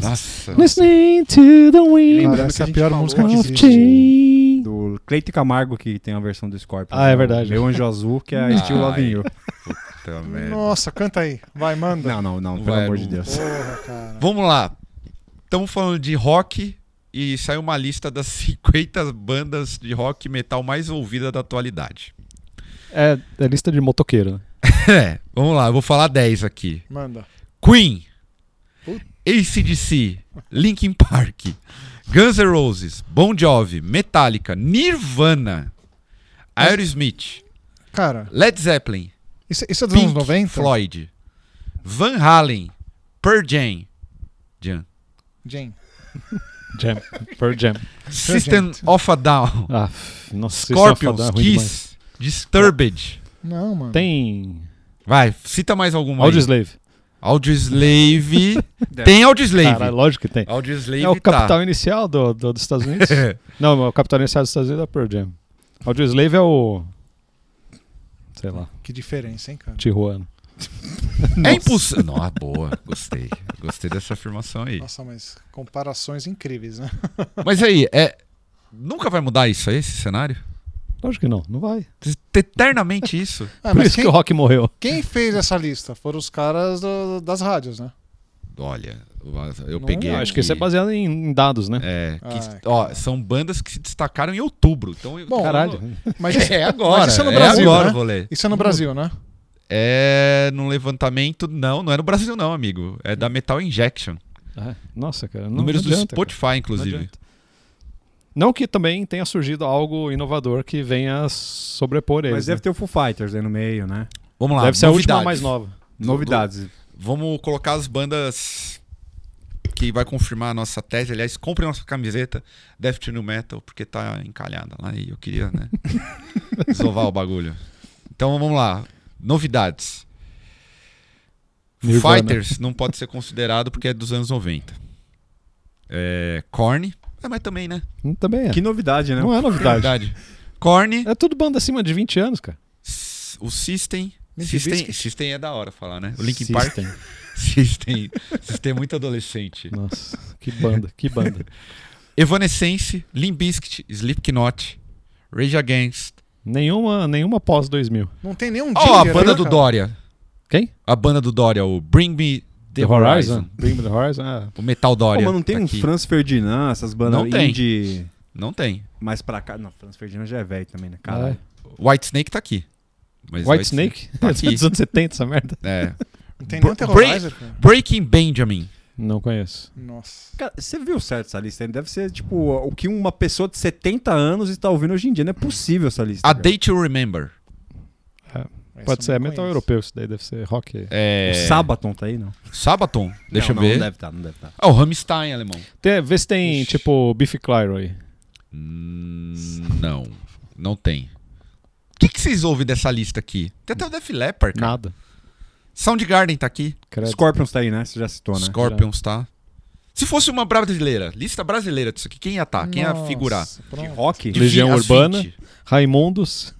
[SPEAKER 4] Nossa.
[SPEAKER 2] Listening to the wind
[SPEAKER 3] Cara, essa é a pior música que
[SPEAKER 2] of
[SPEAKER 3] existe.
[SPEAKER 2] change.
[SPEAKER 5] Do Cleito Camargo, que tem a versão do Scorpion. né?
[SPEAKER 2] Ah, é verdade.
[SPEAKER 5] Meu Anjo Azul, que é a Steel Loving You.
[SPEAKER 4] Puta merda.
[SPEAKER 3] Nossa, canta aí. Vai, manda.
[SPEAKER 5] Não, não, não. Pelo
[SPEAKER 4] Vai,
[SPEAKER 5] amor de
[SPEAKER 4] não.
[SPEAKER 5] Deus.
[SPEAKER 3] Porra, cara.
[SPEAKER 4] Vamos lá. Estamos falando de rock e saiu uma lista das 50 bandas de rock e metal mais ouvidas da atualidade.
[SPEAKER 2] É, é lista de motoqueiro. né?
[SPEAKER 4] É, vamos lá, eu vou falar 10 aqui.
[SPEAKER 3] Manda.
[SPEAKER 4] Queen, ACDC, Linkin Park, Guns N' Roses, Bon Jovi, Metallica, Nirvana, Aerosmith,
[SPEAKER 3] Cara,
[SPEAKER 4] Led Zeppelin,
[SPEAKER 3] isso, isso é dos
[SPEAKER 4] Pink
[SPEAKER 3] anos 90?
[SPEAKER 4] Floyd, Van Halen, Pearl Jam, Jam,
[SPEAKER 3] Jane.
[SPEAKER 2] Jam. Pearl Jam.
[SPEAKER 4] System
[SPEAKER 3] Jam.
[SPEAKER 4] of a Down,
[SPEAKER 2] Ah, nossa, isso é
[SPEAKER 4] Scorpions,
[SPEAKER 2] fadar, ruim demais.
[SPEAKER 4] Kiss, Disturbed.
[SPEAKER 3] Não, mano.
[SPEAKER 2] Tem
[SPEAKER 4] Vai, cita mais alguma aí.
[SPEAKER 2] Audioslave.
[SPEAKER 4] Audioslave. tem Audioslave.
[SPEAKER 2] Cara, lógico que tem.
[SPEAKER 4] Audioslave
[SPEAKER 2] É o
[SPEAKER 4] tá. É.
[SPEAKER 2] capital inicial do, do- dos Estados Unidos. Não, o capital inicial dos Estados Unidos é Pearl Jam. Audioslave é o... Sei lá,
[SPEAKER 3] Que diferença, hein, cara?
[SPEAKER 2] Tijuana.
[SPEAKER 4] É impossível. Nossa, boa. Gostei. Gostei dessa afirmação aí.
[SPEAKER 3] Nossa, mas comparações incríveis, né?
[SPEAKER 4] Mas aí, é... nunca vai mudar isso aí, esse cenário?
[SPEAKER 2] Lógico que não, não vai.
[SPEAKER 4] Eternamente isso?
[SPEAKER 3] Ah,
[SPEAKER 2] Por
[SPEAKER 3] mas
[SPEAKER 2] isso
[SPEAKER 3] quem,
[SPEAKER 2] que o Rock morreu.
[SPEAKER 3] quem fez essa lista? Foram os caras do- das rádios, né?
[SPEAKER 4] Olha, eu
[SPEAKER 3] Não,
[SPEAKER 4] peguei.
[SPEAKER 2] acho
[SPEAKER 4] aqui.
[SPEAKER 2] que isso é baseado em, em dados, né?
[SPEAKER 4] É, que-
[SPEAKER 3] Ai,
[SPEAKER 4] ó, são bandas que se destacaram em outubro. Então, eu-
[SPEAKER 3] Bom,
[SPEAKER 2] Caralho.
[SPEAKER 3] Mas isso,
[SPEAKER 4] É agora.
[SPEAKER 3] Mas isso é
[SPEAKER 4] é
[SPEAKER 3] no Brasil,
[SPEAKER 4] agora,
[SPEAKER 3] né?
[SPEAKER 4] o rolê.
[SPEAKER 3] isso é no Brasil, né?
[SPEAKER 4] É no levantamento. Não, não é no Brasil, não, amigo. É da Metal Injection.
[SPEAKER 2] Ah, Nossa, cara. Não,
[SPEAKER 4] Números
[SPEAKER 2] não adianta,
[SPEAKER 4] do
[SPEAKER 2] cara.
[SPEAKER 4] Spotify, inclusive.
[SPEAKER 2] Não, adianta. Não que também tenha surgido algo inovador que venha sobrepor eles.
[SPEAKER 5] Mas deve
[SPEAKER 2] né?
[SPEAKER 5] ter o Foo Fighters aí no meio, né?
[SPEAKER 4] Vamos lá.
[SPEAKER 2] Deve ser a última
[SPEAKER 4] novidades.
[SPEAKER 2] mais nova.
[SPEAKER 5] Novidades.
[SPEAKER 4] Vamos colocar as bandas que vai confirmar a nossa tese. Aliás, compre nossa camiseta Death to New Metal, porque tá encalhada lá e eu queria, né? Desovar o bagulho. Então vamos lá. Novidades.
[SPEAKER 2] Nirvana.
[SPEAKER 4] Fighters não pode ser considerado porque é dos anos 90. É, Korn. É, mas também, né?
[SPEAKER 2] Hum, Também é.
[SPEAKER 5] Que novidade, né?
[SPEAKER 2] Não é novidade.
[SPEAKER 4] Verdade. Korn,
[SPEAKER 2] É tudo banda acima de 20 anos, cara.
[SPEAKER 4] s- o System.
[SPEAKER 3] Limp
[SPEAKER 4] System,
[SPEAKER 3] Bizkit.
[SPEAKER 4] System é da hora falar, né? O Linkin
[SPEAKER 2] System.
[SPEAKER 4] Park. System. System é muito adolescente.
[SPEAKER 2] Nossa, que banda, que banda.
[SPEAKER 4] Evanescence, Limp Bizkit, Slipknot, Rage Against.
[SPEAKER 2] Nenhuma, nenhuma pós 2000.
[SPEAKER 3] Não tem nenhum
[SPEAKER 4] Ó, a
[SPEAKER 3] Ginger,
[SPEAKER 4] banda
[SPEAKER 3] né,
[SPEAKER 4] do
[SPEAKER 3] cara?
[SPEAKER 4] Dória.
[SPEAKER 2] Quem?
[SPEAKER 4] A banda do Dória, o Bring Me the, Horizon.
[SPEAKER 2] Bring Me The Horizon. ah.
[SPEAKER 4] O Metal
[SPEAKER 5] Pô,
[SPEAKER 4] Dória.
[SPEAKER 5] mas não tem
[SPEAKER 4] tá
[SPEAKER 5] um
[SPEAKER 4] aqui.
[SPEAKER 5] Franz Ferdinand, essas bandas
[SPEAKER 4] Não tem.
[SPEAKER 5] indie
[SPEAKER 4] Não tem.
[SPEAKER 5] mais pra cá. Não, Franz Ferdinand já é velho também, né? Caralho.
[SPEAKER 4] White Snake tá aqui. Mas
[SPEAKER 2] White Snake?
[SPEAKER 4] Tá aqui.
[SPEAKER 2] dos anos 70, essa merda.
[SPEAKER 4] É.
[SPEAKER 3] Não tem
[SPEAKER 4] Bra-
[SPEAKER 3] nenhum Terrorizer, cara.
[SPEAKER 4] Breaking Benjamin.
[SPEAKER 2] Não conheço.
[SPEAKER 3] Nossa.
[SPEAKER 5] Cara, você viu certo essa lista? aí? Deve ser, tipo, o que uma pessoa de 70 anos está ouvindo hoje em dia. Não é possível essa lista.
[SPEAKER 4] A
[SPEAKER 5] cara.
[SPEAKER 4] Day to Remember.
[SPEAKER 2] Pode ser
[SPEAKER 3] é
[SPEAKER 2] é metal europeu, isso daí deve ser rock.
[SPEAKER 4] É...
[SPEAKER 5] O Sabaton tá aí, não?
[SPEAKER 4] Sabaton. Deixa
[SPEAKER 5] não,
[SPEAKER 4] eu ver.
[SPEAKER 5] Não deve estar, não deve tá. estar.
[SPEAKER 4] Ah, o Rammstein, alemão.
[SPEAKER 2] Tem, vê se tem,
[SPEAKER 3] Ixi.
[SPEAKER 2] tipo, Biff Clyro aí.
[SPEAKER 4] Hum, não. Não tem. O que, que vocês ouvem dessa lista aqui? Tem até o Def Leppard, cara.
[SPEAKER 2] Nada.
[SPEAKER 4] Soundgarden tá aqui.
[SPEAKER 2] Credo.
[SPEAKER 5] Scorpions tá aí, né? Você já citou, né?
[SPEAKER 4] Scorpions, tá? Se fosse uma brasileira, lista brasileira disso aqui, quem ia tá? Quem ia figurar?
[SPEAKER 3] Pronto.
[SPEAKER 5] Rock?
[SPEAKER 4] De
[SPEAKER 2] Legião
[SPEAKER 4] vi- as
[SPEAKER 2] Urbana.
[SPEAKER 4] 20.
[SPEAKER 2] Raimundos,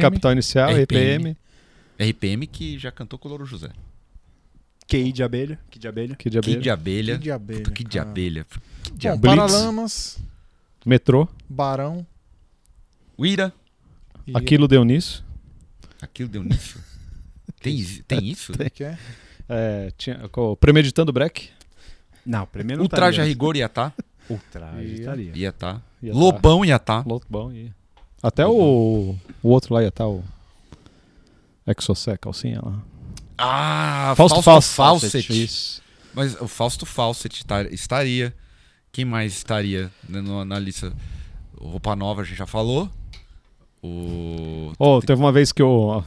[SPEAKER 2] Capital Inicial,
[SPEAKER 4] RPM.
[SPEAKER 2] EPM.
[SPEAKER 4] RPM que já cantou com o Louro José.
[SPEAKER 5] QI de abelha? Que de abelha?
[SPEAKER 2] Que de
[SPEAKER 4] Que de
[SPEAKER 2] abelha.
[SPEAKER 4] abelha.
[SPEAKER 3] Que de abelha.
[SPEAKER 4] Puta, que é de
[SPEAKER 3] cara.
[SPEAKER 4] abelha. Que de
[SPEAKER 3] Bom,
[SPEAKER 4] abelha.
[SPEAKER 3] Paralamas,
[SPEAKER 2] Metrô.
[SPEAKER 3] Barão.
[SPEAKER 4] O Ira.
[SPEAKER 3] E
[SPEAKER 2] Aquilo deu nisso.
[SPEAKER 4] Aquilo deu nisso. Tem, isi- tem isso?
[SPEAKER 3] o que é?
[SPEAKER 2] É, tinha, co- premeditando Breck.
[SPEAKER 5] Não, primeiro
[SPEAKER 4] O
[SPEAKER 5] não tá
[SPEAKER 4] Traje a
[SPEAKER 5] estaria.
[SPEAKER 4] Rigor ia tá.
[SPEAKER 5] Ultraje estaria.
[SPEAKER 4] Ia tá.
[SPEAKER 2] Ia
[SPEAKER 4] Lobão ia tá.
[SPEAKER 2] Tá. Lobão ia. Até o, o outro lá ia estar o Exocé, calcinha lá.
[SPEAKER 4] Ah,
[SPEAKER 2] Fausto
[SPEAKER 4] Fausto, Fausto Fawcett.
[SPEAKER 2] Isso.
[SPEAKER 4] Mas o Fausto Fawcett tá- estaria. Quem mais estaria né, no- na lista? O Roupa Nova a gente já falou. O.
[SPEAKER 2] Oh, teve uma vez que eu...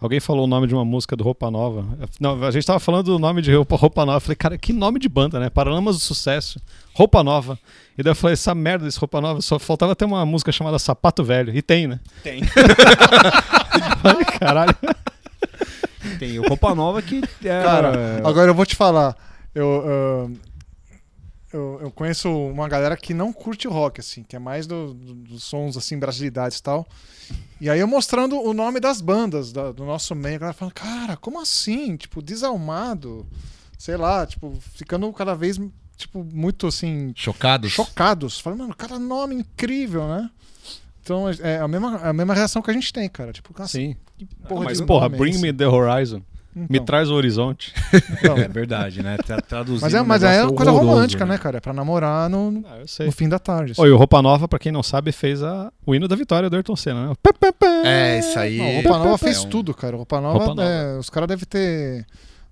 [SPEAKER 2] Alguém falou o nome de uma música do Roupa Nova. Não, a gente tava falando do nome de Roupa, Roupa Nova. Eu falei, cara, que nome de banda, né? Paralamas do Sucesso, Roupa Nova. E daí eu falei, essa merda desse Roupa Nova, só faltava ter uma música chamada Sapato Velho. E tem, né?
[SPEAKER 5] Tem.
[SPEAKER 2] Falei, caralho.
[SPEAKER 5] Tem o Roupa Nova que é, era...
[SPEAKER 3] Cara, É. agora eu vou te falar. Eu, ah, eu, eu conheço uma galera que não curte rock, assim, que é mais do- do- dos sons, assim, brasilidades e tal. E aí eu mostrando o nome das bandas da- do nosso meio, a galera falando, cara, como assim? Tipo, desalmado, sei lá, tipo, ficando cada vez, tipo, muito, assim,
[SPEAKER 4] Chocados?
[SPEAKER 3] chocados. Falando, mano, cada nome incrível, né? Então, é a mesma, é a mesma reação que a gente tem, cara. Tipo, nossa,
[SPEAKER 2] Sim.
[SPEAKER 3] que
[SPEAKER 2] Porra,
[SPEAKER 3] porra
[SPEAKER 2] mas,
[SPEAKER 3] de
[SPEAKER 2] porra,
[SPEAKER 3] nome é
[SPEAKER 2] Bring
[SPEAKER 3] esse?
[SPEAKER 2] Me The Horizon. Me
[SPEAKER 3] Então.
[SPEAKER 2] traz o horizonte.
[SPEAKER 3] Então,
[SPEAKER 5] É verdade, né? Tra- Traduzindo
[SPEAKER 3] Mas é,
[SPEAKER 5] um
[SPEAKER 3] mas é
[SPEAKER 5] negócio
[SPEAKER 3] uma coisa
[SPEAKER 5] horroroso,
[SPEAKER 3] romântica, né, cara? É pra namorar no, no
[SPEAKER 2] Ah, eu sei.
[SPEAKER 3] fim da tarde. assim.
[SPEAKER 2] Oi, o Roupa Nova, pra quem não sabe, fez a... o hino da vitória do Ayrton Senna, né?
[SPEAKER 4] É, isso aí.
[SPEAKER 3] Não, o Roupa Nova
[SPEAKER 4] é
[SPEAKER 3] fez
[SPEAKER 4] um-
[SPEAKER 3] tudo, cara. O Roupa Nova,
[SPEAKER 2] Roupa Nova.
[SPEAKER 3] é, os caras devem ter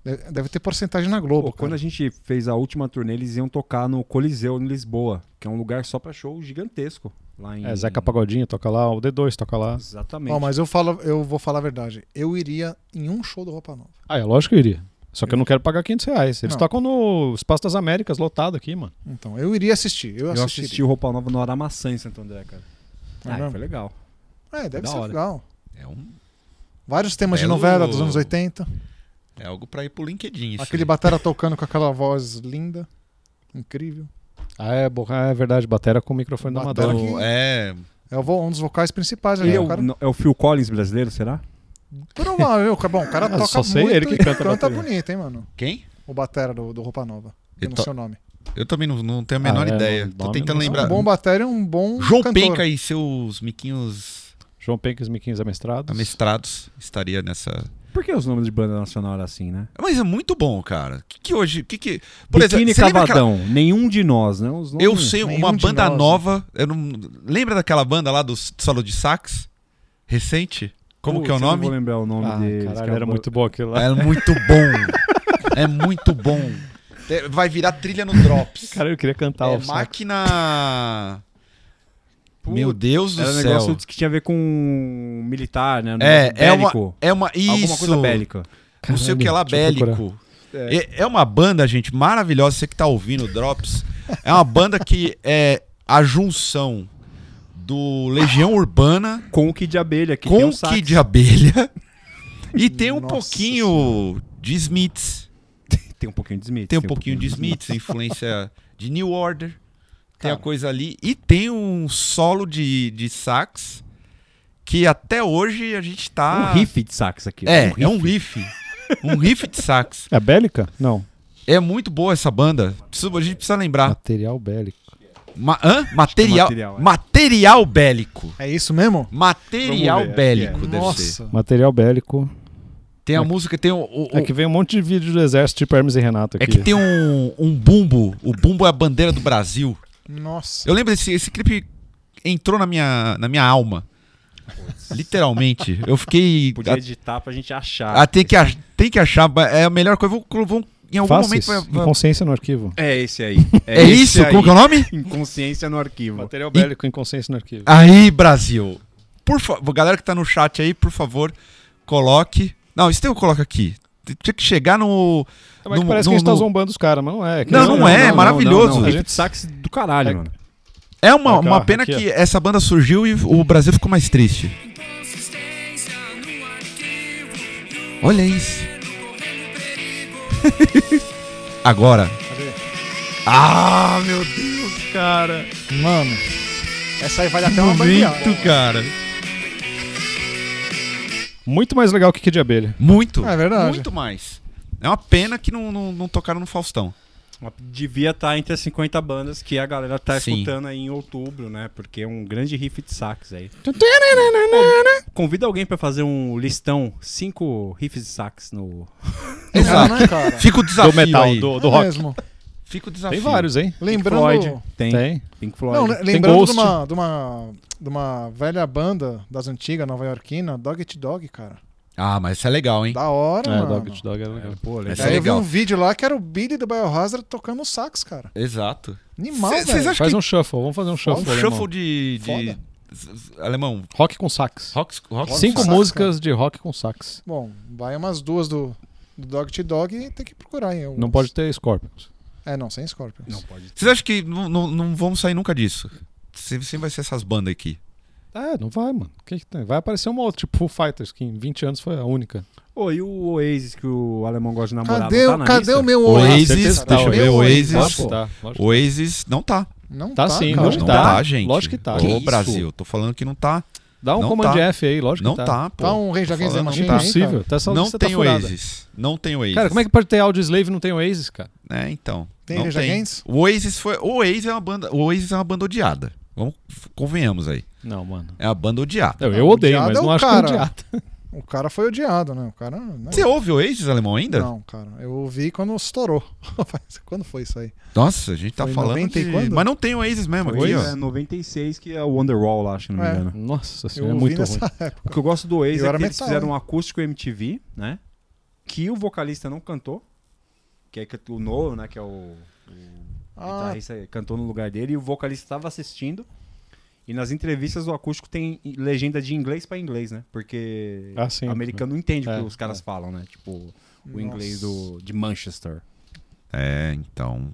[SPEAKER 3] Deve deve ter porcentagem na Globo.
[SPEAKER 5] Pô, quando
[SPEAKER 3] cara.
[SPEAKER 5] a gente fez a última turnê, eles iam tocar no Coliseu, em Lisboa, que é um lugar só pra show gigantesco. Lá em...
[SPEAKER 2] É, Zeca Pagodinho toca lá, o D2 toca lá.
[SPEAKER 5] Exatamente.
[SPEAKER 3] Ó, mas eu, falo, eu vou falar a verdade. Eu iria em um show do Roupa Nova.
[SPEAKER 2] Ah, é lógico que eu iria. Só que eu não quero pagar 500 reais. Eles
[SPEAKER 3] Não.
[SPEAKER 2] tocam no Espaço das Américas, lotado aqui, mano.
[SPEAKER 3] Então, eu iria assistir. Eu,
[SPEAKER 5] Eu assisti
[SPEAKER 3] assistiria.
[SPEAKER 5] o Roupa Nova no Aramaçã, em Santo André, cara.
[SPEAKER 3] É
[SPEAKER 5] Ah,
[SPEAKER 3] mesmo?
[SPEAKER 5] foi legal.
[SPEAKER 3] É, deve
[SPEAKER 5] Da
[SPEAKER 3] ser
[SPEAKER 5] hora.
[SPEAKER 3] legal.
[SPEAKER 4] É, um,
[SPEAKER 3] Vários temas
[SPEAKER 4] Belo-
[SPEAKER 3] de novela dos anos 80.
[SPEAKER 4] é algo pra ir pro LinkedIn. isso
[SPEAKER 3] Aquele
[SPEAKER 4] aí.
[SPEAKER 3] Batera tocando com aquela voz linda. Incrível.
[SPEAKER 2] Ah, é, bo- ah, é verdade, batera com o microfone da
[SPEAKER 3] Batera
[SPEAKER 2] Madonna.
[SPEAKER 3] que-
[SPEAKER 4] Então, É,
[SPEAKER 3] É o vo- um dos vocais principais ali.
[SPEAKER 5] Ele é,
[SPEAKER 3] É. O
[SPEAKER 5] o,
[SPEAKER 3] cara,
[SPEAKER 5] não- é o Phil Collins brasileiro, será?
[SPEAKER 3] provável. cara- Bom, o cara toca
[SPEAKER 2] Ah, só sei
[SPEAKER 3] muito
[SPEAKER 2] ele que
[SPEAKER 3] e
[SPEAKER 2] canta
[SPEAKER 3] canta
[SPEAKER 2] bateria.
[SPEAKER 3] bonito, hein, mano?
[SPEAKER 4] quem?
[SPEAKER 3] O Batera do, do Roupa Nova.
[SPEAKER 4] Ele
[SPEAKER 3] Eu não
[SPEAKER 4] to-
[SPEAKER 3] sei o nome.
[SPEAKER 4] Eu também não, não tenho a menor
[SPEAKER 2] Ah, é,
[SPEAKER 4] ideia.
[SPEAKER 2] não-
[SPEAKER 4] Tô
[SPEAKER 2] nome
[SPEAKER 4] tentando
[SPEAKER 2] não sei.
[SPEAKER 3] É um
[SPEAKER 4] lembrar.
[SPEAKER 3] bom Batera e um bom
[SPEAKER 4] tá. João
[SPEAKER 3] cantor.
[SPEAKER 4] Penca e seus miquinhos
[SPEAKER 2] João Penca e os Miquinhos Amestrados.
[SPEAKER 4] amestrados estaria nessa.
[SPEAKER 5] Por que os nomes de banda nacional eram assim, né?
[SPEAKER 4] Mas é muito bom, cara. Que, que hoje, que que por
[SPEAKER 5] Por
[SPEAKER 4] exemplo,
[SPEAKER 5] Biquíni
[SPEAKER 4] você lembra aquela-
[SPEAKER 5] Cavadão. Nenhum de nós, né? Os nomes-
[SPEAKER 4] eu sei
[SPEAKER 3] Nenhum
[SPEAKER 4] uma
[SPEAKER 3] de
[SPEAKER 4] banda
[SPEAKER 3] nós, né?
[SPEAKER 4] nova, eu não lembra daquela banda lá do solo de sax recente? Como
[SPEAKER 5] Putz,
[SPEAKER 4] que é o
[SPEAKER 5] eu não vou
[SPEAKER 4] nome?
[SPEAKER 5] lembrar o nome
[SPEAKER 2] Ah,
[SPEAKER 5] deles.
[SPEAKER 2] caralho,
[SPEAKER 5] cara.
[SPEAKER 2] era muito bom aquilo lá.
[SPEAKER 4] É muito bom. é muito bom. É, Vai virar trilha no drops.
[SPEAKER 2] Cara, eu queria cantar
[SPEAKER 4] é
[SPEAKER 2] o sax.
[SPEAKER 4] máquina
[SPEAKER 5] Putz,
[SPEAKER 4] Meu Deus do
[SPEAKER 5] Era um
[SPEAKER 4] céu.
[SPEAKER 5] negócio que tinha a ver com militar, né? Um
[SPEAKER 4] É,
[SPEAKER 5] negócio
[SPEAKER 4] é uma,
[SPEAKER 5] bélico.
[SPEAKER 4] é uma isso.
[SPEAKER 5] Alguma coisa bélica.
[SPEAKER 4] não sei o que
[SPEAKER 2] Caralho,
[SPEAKER 4] lá,
[SPEAKER 2] deixa eu
[SPEAKER 4] bélico. É. é uma banda, gente, maravilhosa. Você que tá ouvindo o Drops. É uma banda que é a junção do Legião Urbana
[SPEAKER 5] Com o Kid de Abelha, que tem
[SPEAKER 4] com
[SPEAKER 5] um
[SPEAKER 4] o
[SPEAKER 5] sax.
[SPEAKER 4] Kid de Abelha. E tem um
[SPEAKER 3] Nossa
[SPEAKER 4] pouquinho de Smiths.
[SPEAKER 5] Tem um pouquinho de Smith.
[SPEAKER 4] Tem um pouquinho de Smiths, influência de New Order. Tem a
[SPEAKER 3] Cara.
[SPEAKER 4] coisa ali. E tem um solo de, de sax que até hoje a gente tá.
[SPEAKER 5] Um riff de sax aqui.
[SPEAKER 4] É,
[SPEAKER 5] um riff.
[SPEAKER 4] é um riff. Um riff de sax.
[SPEAKER 2] É bélica? Não.
[SPEAKER 4] É muito boa essa banda. Preciso- a gente precisa lembrar.
[SPEAKER 2] Material bélico.
[SPEAKER 4] Ma- hã? Material, material,
[SPEAKER 5] Material, é.
[SPEAKER 4] bélico.
[SPEAKER 3] É isso mesmo?
[SPEAKER 4] Material
[SPEAKER 5] Vamos ver, é.
[SPEAKER 4] bélico, deve ser.
[SPEAKER 3] Nossa.
[SPEAKER 2] Material bélico.
[SPEAKER 4] Tem a música, tem o. o- o-
[SPEAKER 2] Aqui vem um monte de vídeo do exército, tipo Hermes e Renato aqui.
[SPEAKER 4] é que tem um, um bumbo. O bumbo é a bandeira do Brasil.
[SPEAKER 3] Nossa.
[SPEAKER 4] Eu lembro desse esse clipe entrou na minha, na minha alma. Literalmente. Eu fiquei.
[SPEAKER 5] Podia editar pra gente achar.
[SPEAKER 4] a- a- tem, que, ach- tem que achar. É a melhor coisa. Vou, vou- em algum
[SPEAKER 2] Faces,
[SPEAKER 4] momento. vai- vai-
[SPEAKER 2] Inconsciência no arquivo.
[SPEAKER 5] É esse aí.
[SPEAKER 4] é isso? Como que é o nome?
[SPEAKER 5] Inconsciência no arquivo.
[SPEAKER 2] Material
[SPEAKER 4] bélico,
[SPEAKER 2] bélico, inconsciência no arquivo.
[SPEAKER 4] Aí, Brasil. Por favor, galera que tá no chat aí, por favor, coloque. Não, isso tem eu coloco aqui. T- Tinha que chegar no.
[SPEAKER 2] Mas
[SPEAKER 4] no-
[SPEAKER 2] parece
[SPEAKER 4] no-
[SPEAKER 2] que a gente tá
[SPEAKER 4] no-
[SPEAKER 2] zombando os caras, mas não é.
[SPEAKER 4] Não, não é, é maravilhoso.
[SPEAKER 5] não. Riff de sax do caralho,
[SPEAKER 2] É-
[SPEAKER 5] mano.
[SPEAKER 4] É uma,
[SPEAKER 2] Aqui, ó,
[SPEAKER 4] uma pena
[SPEAKER 2] aqui, ó.
[SPEAKER 4] que essa banda surgiu e o Brasil ficou mais triste. Olha isso. Agora. Ah, meu Deus, cara.
[SPEAKER 3] Mano. Essa aí vale até uma né? bandeada.
[SPEAKER 4] Muito, cara.
[SPEAKER 2] Muito mais legal que Kid de Abelha.
[SPEAKER 4] Muito.
[SPEAKER 3] É verdade.
[SPEAKER 4] Muito mais. É uma pena que não, não, não tocaram no Faustão.
[SPEAKER 5] Devia estar entre as 50 bandas que a galera tá
[SPEAKER 4] Sim.
[SPEAKER 5] escutando aí em outubro, né? Porque é um grande riff de sax aí. Convida alguém pra fazer um listão, cinco riffs de sax no.
[SPEAKER 4] Exato.
[SPEAKER 3] Não, né, cara?
[SPEAKER 4] Fica o desafio
[SPEAKER 2] do metal,
[SPEAKER 4] aí.
[SPEAKER 2] do, do
[SPEAKER 3] É
[SPEAKER 2] rock.
[SPEAKER 3] mesmo.
[SPEAKER 4] Fica o desafio.
[SPEAKER 2] Tem vários, hein?
[SPEAKER 3] Lembrando...
[SPEAKER 5] Floyd. Tem.
[SPEAKER 2] Tem.
[SPEAKER 5] Pink Floyd.
[SPEAKER 3] Não, né? le- lembrando de
[SPEAKER 2] Ghost.
[SPEAKER 3] uma, de, uma, de uma velha banda das antigas, nova iorquina, Dog It Dog, cara.
[SPEAKER 4] Ah, mas isso é legal, hein?
[SPEAKER 3] Da hora,
[SPEAKER 2] É,
[SPEAKER 3] mano.
[SPEAKER 2] Dog Eat Dog é legal.
[SPEAKER 5] Pô,
[SPEAKER 4] Essa
[SPEAKER 3] Aí
[SPEAKER 4] é
[SPEAKER 3] eu vi
[SPEAKER 4] legal.
[SPEAKER 3] um vídeo lá que era o Billy do Biohazard tocando sax, cara.
[SPEAKER 4] Exato.
[SPEAKER 3] Animal,
[SPEAKER 4] Cê-
[SPEAKER 3] velho.
[SPEAKER 4] Vocês acham
[SPEAKER 2] Faz
[SPEAKER 4] que
[SPEAKER 2] um shuffle, vamos fazer um
[SPEAKER 4] um
[SPEAKER 2] shuffle.
[SPEAKER 4] shuffle,
[SPEAKER 2] alemão.
[SPEAKER 4] de, de- z- z- alemão?
[SPEAKER 2] Rock com sax.
[SPEAKER 4] Rock, rock
[SPEAKER 2] Cinco
[SPEAKER 3] sax,
[SPEAKER 2] músicas de rock com sax.
[SPEAKER 3] Bom, vai umas duas do, do Dog Eat Dog e tem que procurar, hein? algumas.
[SPEAKER 2] Não pode ter Scorpions.
[SPEAKER 3] É, não, sem Scorpions.
[SPEAKER 5] Não pode.
[SPEAKER 4] Vocês acham que não, não- não vamos sair nunca disso? Sempre sempre vai ser essas bandas aqui.
[SPEAKER 2] É, não vai, mano. Que que tem? Vai aparecer uma outra, tipo Foo Fighters, que em 20 anos foi a única.
[SPEAKER 5] Ô, e o Oasis que o alemão gosta de namorar?
[SPEAKER 3] Cadê,
[SPEAKER 5] não tá
[SPEAKER 3] o-
[SPEAKER 5] na
[SPEAKER 3] cadê
[SPEAKER 5] lista?
[SPEAKER 3] o meu
[SPEAKER 4] Ah, Oasis,
[SPEAKER 3] Oasis?
[SPEAKER 4] deixa
[SPEAKER 3] cara?
[SPEAKER 4] eu ver,
[SPEAKER 3] Meu
[SPEAKER 4] Oasis.
[SPEAKER 3] tá,
[SPEAKER 2] Lógico
[SPEAKER 3] pô.
[SPEAKER 2] que tá, lógico
[SPEAKER 4] O Oasis não tá.
[SPEAKER 3] Não
[SPEAKER 2] Tá sim,
[SPEAKER 3] cara.
[SPEAKER 2] lógico
[SPEAKER 4] não
[SPEAKER 2] que tá.
[SPEAKER 4] gente.
[SPEAKER 2] Lógico que tá.
[SPEAKER 4] Ô,
[SPEAKER 2] Que isso?
[SPEAKER 4] Brasil, tô falando que não tá.
[SPEAKER 2] que tá. Dá um
[SPEAKER 4] Não
[SPEAKER 2] Command
[SPEAKER 4] tá.
[SPEAKER 2] F aí, lógico
[SPEAKER 4] não
[SPEAKER 2] que tá.
[SPEAKER 4] tá, pô.
[SPEAKER 3] Tá um Rage
[SPEAKER 4] Tô
[SPEAKER 3] Against the
[SPEAKER 4] falando, não
[SPEAKER 3] Machine
[SPEAKER 4] tá.
[SPEAKER 3] aí, cara?
[SPEAKER 2] Impossível. Tá essa
[SPEAKER 4] Não
[SPEAKER 2] lista tá
[SPEAKER 4] tem
[SPEAKER 2] furada.
[SPEAKER 4] Oasis. Não tem Oasis.
[SPEAKER 2] Cara, como é que pode ter Audioslave e não tem Oasis, cara?
[SPEAKER 4] É, então.
[SPEAKER 3] Tem
[SPEAKER 4] não
[SPEAKER 3] Rage
[SPEAKER 4] tem.
[SPEAKER 3] Against?
[SPEAKER 4] O Oasis foi. O Oasis é uma banda. O Oasis é uma banda odiada. Vamos, convenhamos aí.
[SPEAKER 2] Não, mano.
[SPEAKER 4] É uma banda odiada.
[SPEAKER 2] Eu,
[SPEAKER 3] Não,
[SPEAKER 2] odeio,
[SPEAKER 3] odiado
[SPEAKER 2] mas
[SPEAKER 3] é
[SPEAKER 2] não
[SPEAKER 3] o
[SPEAKER 2] acho
[SPEAKER 3] cara.
[SPEAKER 2] que é odiado.
[SPEAKER 3] O cara foi odiado, né? O cara.
[SPEAKER 2] É.
[SPEAKER 3] né?
[SPEAKER 4] Você ouve o Oasis alemão ainda?
[SPEAKER 3] Não, cara. Eu ouvi quando estourou. Faz- quando foi isso aí?
[SPEAKER 4] Nossa, a gente tá
[SPEAKER 3] Foi em
[SPEAKER 4] falando
[SPEAKER 3] 90 e
[SPEAKER 4] de...
[SPEAKER 3] quando?
[SPEAKER 4] Mas não tem o Oasis mesmo aqui,
[SPEAKER 5] Oasis é
[SPEAKER 4] ó.
[SPEAKER 5] 96, que é o Wonderwall, lá, acho que não me
[SPEAKER 3] É.
[SPEAKER 5] engano.
[SPEAKER 2] Nossa, isso
[SPEAKER 3] Eu
[SPEAKER 2] é
[SPEAKER 3] ouvi
[SPEAKER 2] muito
[SPEAKER 3] nessa
[SPEAKER 2] ruim.
[SPEAKER 5] O que eu gosto do Oasis
[SPEAKER 3] Eu
[SPEAKER 5] é
[SPEAKER 3] era
[SPEAKER 5] que eles
[SPEAKER 3] metal, né?
[SPEAKER 5] fizeram
[SPEAKER 3] hein?
[SPEAKER 5] um acústico MTV, né? que o vocalista não cantou, que é que o Noel, né, que é o, o
[SPEAKER 3] Ah,
[SPEAKER 5] guitarrista, Então, cantou no lugar dele e o vocalista estava assistindo. E nas entrevistas o acústico tem legenda de inglês pra inglês, né? Porque
[SPEAKER 2] Ah, sim.
[SPEAKER 5] o americano não entende o
[SPEAKER 2] É,
[SPEAKER 5] que os caras falam, né? Tipo, o
[SPEAKER 3] nossa.
[SPEAKER 5] inglês do, de Manchester.
[SPEAKER 4] É, então.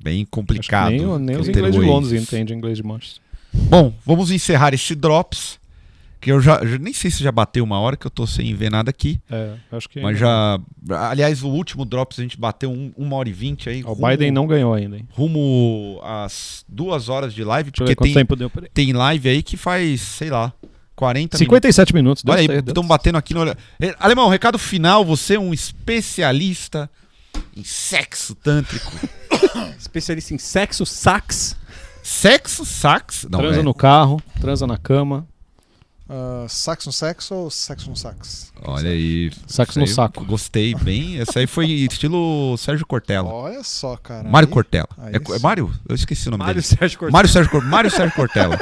[SPEAKER 4] Bem
[SPEAKER 2] Acho
[SPEAKER 4] complicado.
[SPEAKER 2] que nem, o- nem os
[SPEAKER 4] Ter
[SPEAKER 2] ingleses de
[SPEAKER 4] o
[SPEAKER 2] Londres
[SPEAKER 4] ex.
[SPEAKER 2] entendem inglês de Manchester.
[SPEAKER 4] Bom, vamos encerrar esse Drops. Que eu já, já nem sei se já bateu uma hora que eu tô sem ver nada aqui.
[SPEAKER 2] É, acho que.
[SPEAKER 4] Mas já. Aliás, o último Drops a gente bateu um, uma hora e vinte aí.
[SPEAKER 2] O Biden não ganhou ainda, hein?
[SPEAKER 4] Rumo às duas horas de live,
[SPEAKER 2] Deixa eu
[SPEAKER 4] porque
[SPEAKER 2] ver quanto
[SPEAKER 4] tem,
[SPEAKER 2] tempo deu. Peraí.
[SPEAKER 4] tem live aí que faz, sei lá, 40 minutos.
[SPEAKER 2] 57 minutos. deu
[SPEAKER 4] Olha aí, um
[SPEAKER 2] certo, deu
[SPEAKER 4] estão batendo aqui no. olho. Eh, Alemão, recado final, você é um especialista em sexo tântrico.
[SPEAKER 5] Especialista em sexo, sax.
[SPEAKER 4] sexo, sax? Não,
[SPEAKER 2] transa
[SPEAKER 4] é.
[SPEAKER 2] no carro, transa na cama,
[SPEAKER 3] ah, sax no sexo ou sexo no sax?
[SPEAKER 4] Olha aí.
[SPEAKER 2] sax
[SPEAKER 4] Isso
[SPEAKER 2] no
[SPEAKER 4] aí eu
[SPEAKER 2] saco.
[SPEAKER 4] Gostei bem. Essa aí foi estilo Sérgio Cortella.
[SPEAKER 3] Olha só, cara.
[SPEAKER 4] Mário
[SPEAKER 3] Aí-
[SPEAKER 4] Cortella.
[SPEAKER 3] aí
[SPEAKER 4] É, co- é
[SPEAKER 3] sim.
[SPEAKER 4] Mário? Eu esqueci o nome
[SPEAKER 5] Mário
[SPEAKER 4] dele.
[SPEAKER 5] Sérgio Cortella.
[SPEAKER 4] Mário Sérgio, Cor- Mário Sérgio Cortella.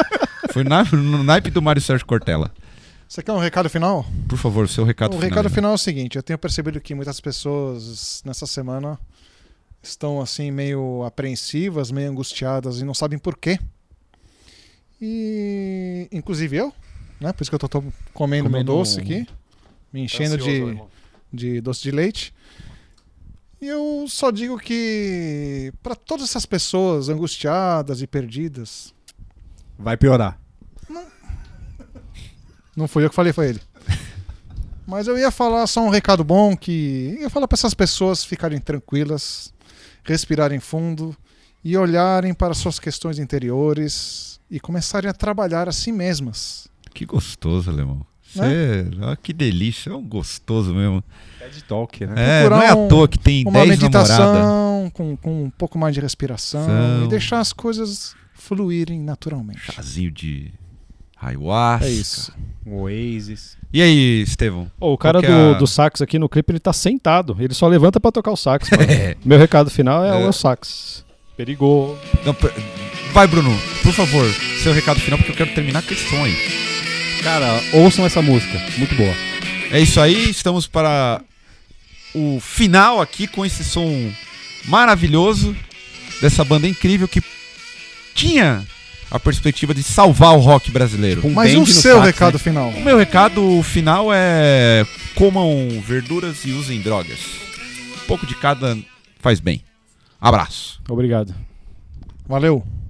[SPEAKER 4] Foi na, no naipe do Mário Sérgio Cortella.
[SPEAKER 3] Você quer um recado final?
[SPEAKER 4] Por favor, seu recado
[SPEAKER 3] o
[SPEAKER 4] final. né?
[SPEAKER 3] recado
[SPEAKER 4] Ivan.
[SPEAKER 3] final é o seguinte: eu tenho percebido que muitas pessoas nessa semana estão assim meio apreensivas, meio angustiadas e não sabem por quê. E inclusive eu, né? Por isso que eu tô, tô comendo, meu
[SPEAKER 4] Comendo
[SPEAKER 3] doce
[SPEAKER 4] um-
[SPEAKER 3] aqui, me enchendo de, de doce de leite. E eu só digo que para todas essas pessoas angustiadas e perdidas,
[SPEAKER 5] Vai piorar.
[SPEAKER 3] Não fui eu que falei, foi ele. Mas eu ia falar só um recado bom que eu ia falar para essas pessoas ficarem tranquilas, respirarem fundo e olharem para suas questões interiores e começarem a trabalhar a si mesmas.
[SPEAKER 4] Que gostoso, Alemão.
[SPEAKER 3] Né?
[SPEAKER 4] Cê- ó, que delícia. É um gostoso mesmo.
[SPEAKER 5] TED Talk, né?
[SPEAKER 4] É,
[SPEAKER 3] Procurar
[SPEAKER 4] não é à
[SPEAKER 3] um-
[SPEAKER 4] toa que tem
[SPEAKER 3] Uma
[SPEAKER 4] 10 namoradas.
[SPEAKER 3] meditação com, com um pouco mais de respiração
[SPEAKER 4] São.
[SPEAKER 3] e deixar as coisas fluírem naturalmente.
[SPEAKER 4] Chazinho de ayahuasca.
[SPEAKER 3] É isso.
[SPEAKER 5] Oasis.
[SPEAKER 4] E aí, Estevão?
[SPEAKER 2] Ô, o cara
[SPEAKER 4] Qual que é
[SPEAKER 2] do,
[SPEAKER 4] a-
[SPEAKER 2] do sax aqui no clipe, ele tá sentado. Ele só levanta pra tocar o sax. mano.
[SPEAKER 4] É.
[SPEAKER 2] Meu recado final é,
[SPEAKER 4] É.
[SPEAKER 2] o meu sax. Perigou.
[SPEAKER 4] Não, per- Vai, Bruno, por favor, seu recado final, porque eu quero terminar com esse som aí.
[SPEAKER 2] Cara, ouçam essa música. Muito boa.
[SPEAKER 4] É isso aí, estamos para o final aqui com esse som maravilhoso dessa banda incrível que tinha a perspectiva de salvar o rock brasileiro.
[SPEAKER 5] Um
[SPEAKER 3] Mas e
[SPEAKER 5] bend no
[SPEAKER 3] o seu
[SPEAKER 5] sax, né?
[SPEAKER 3] recado final?
[SPEAKER 4] O meu recado final é comam verduras e usem drogas. Um pouco de cada faz bem. Abraço.
[SPEAKER 2] Obrigado.
[SPEAKER 3] Valeu.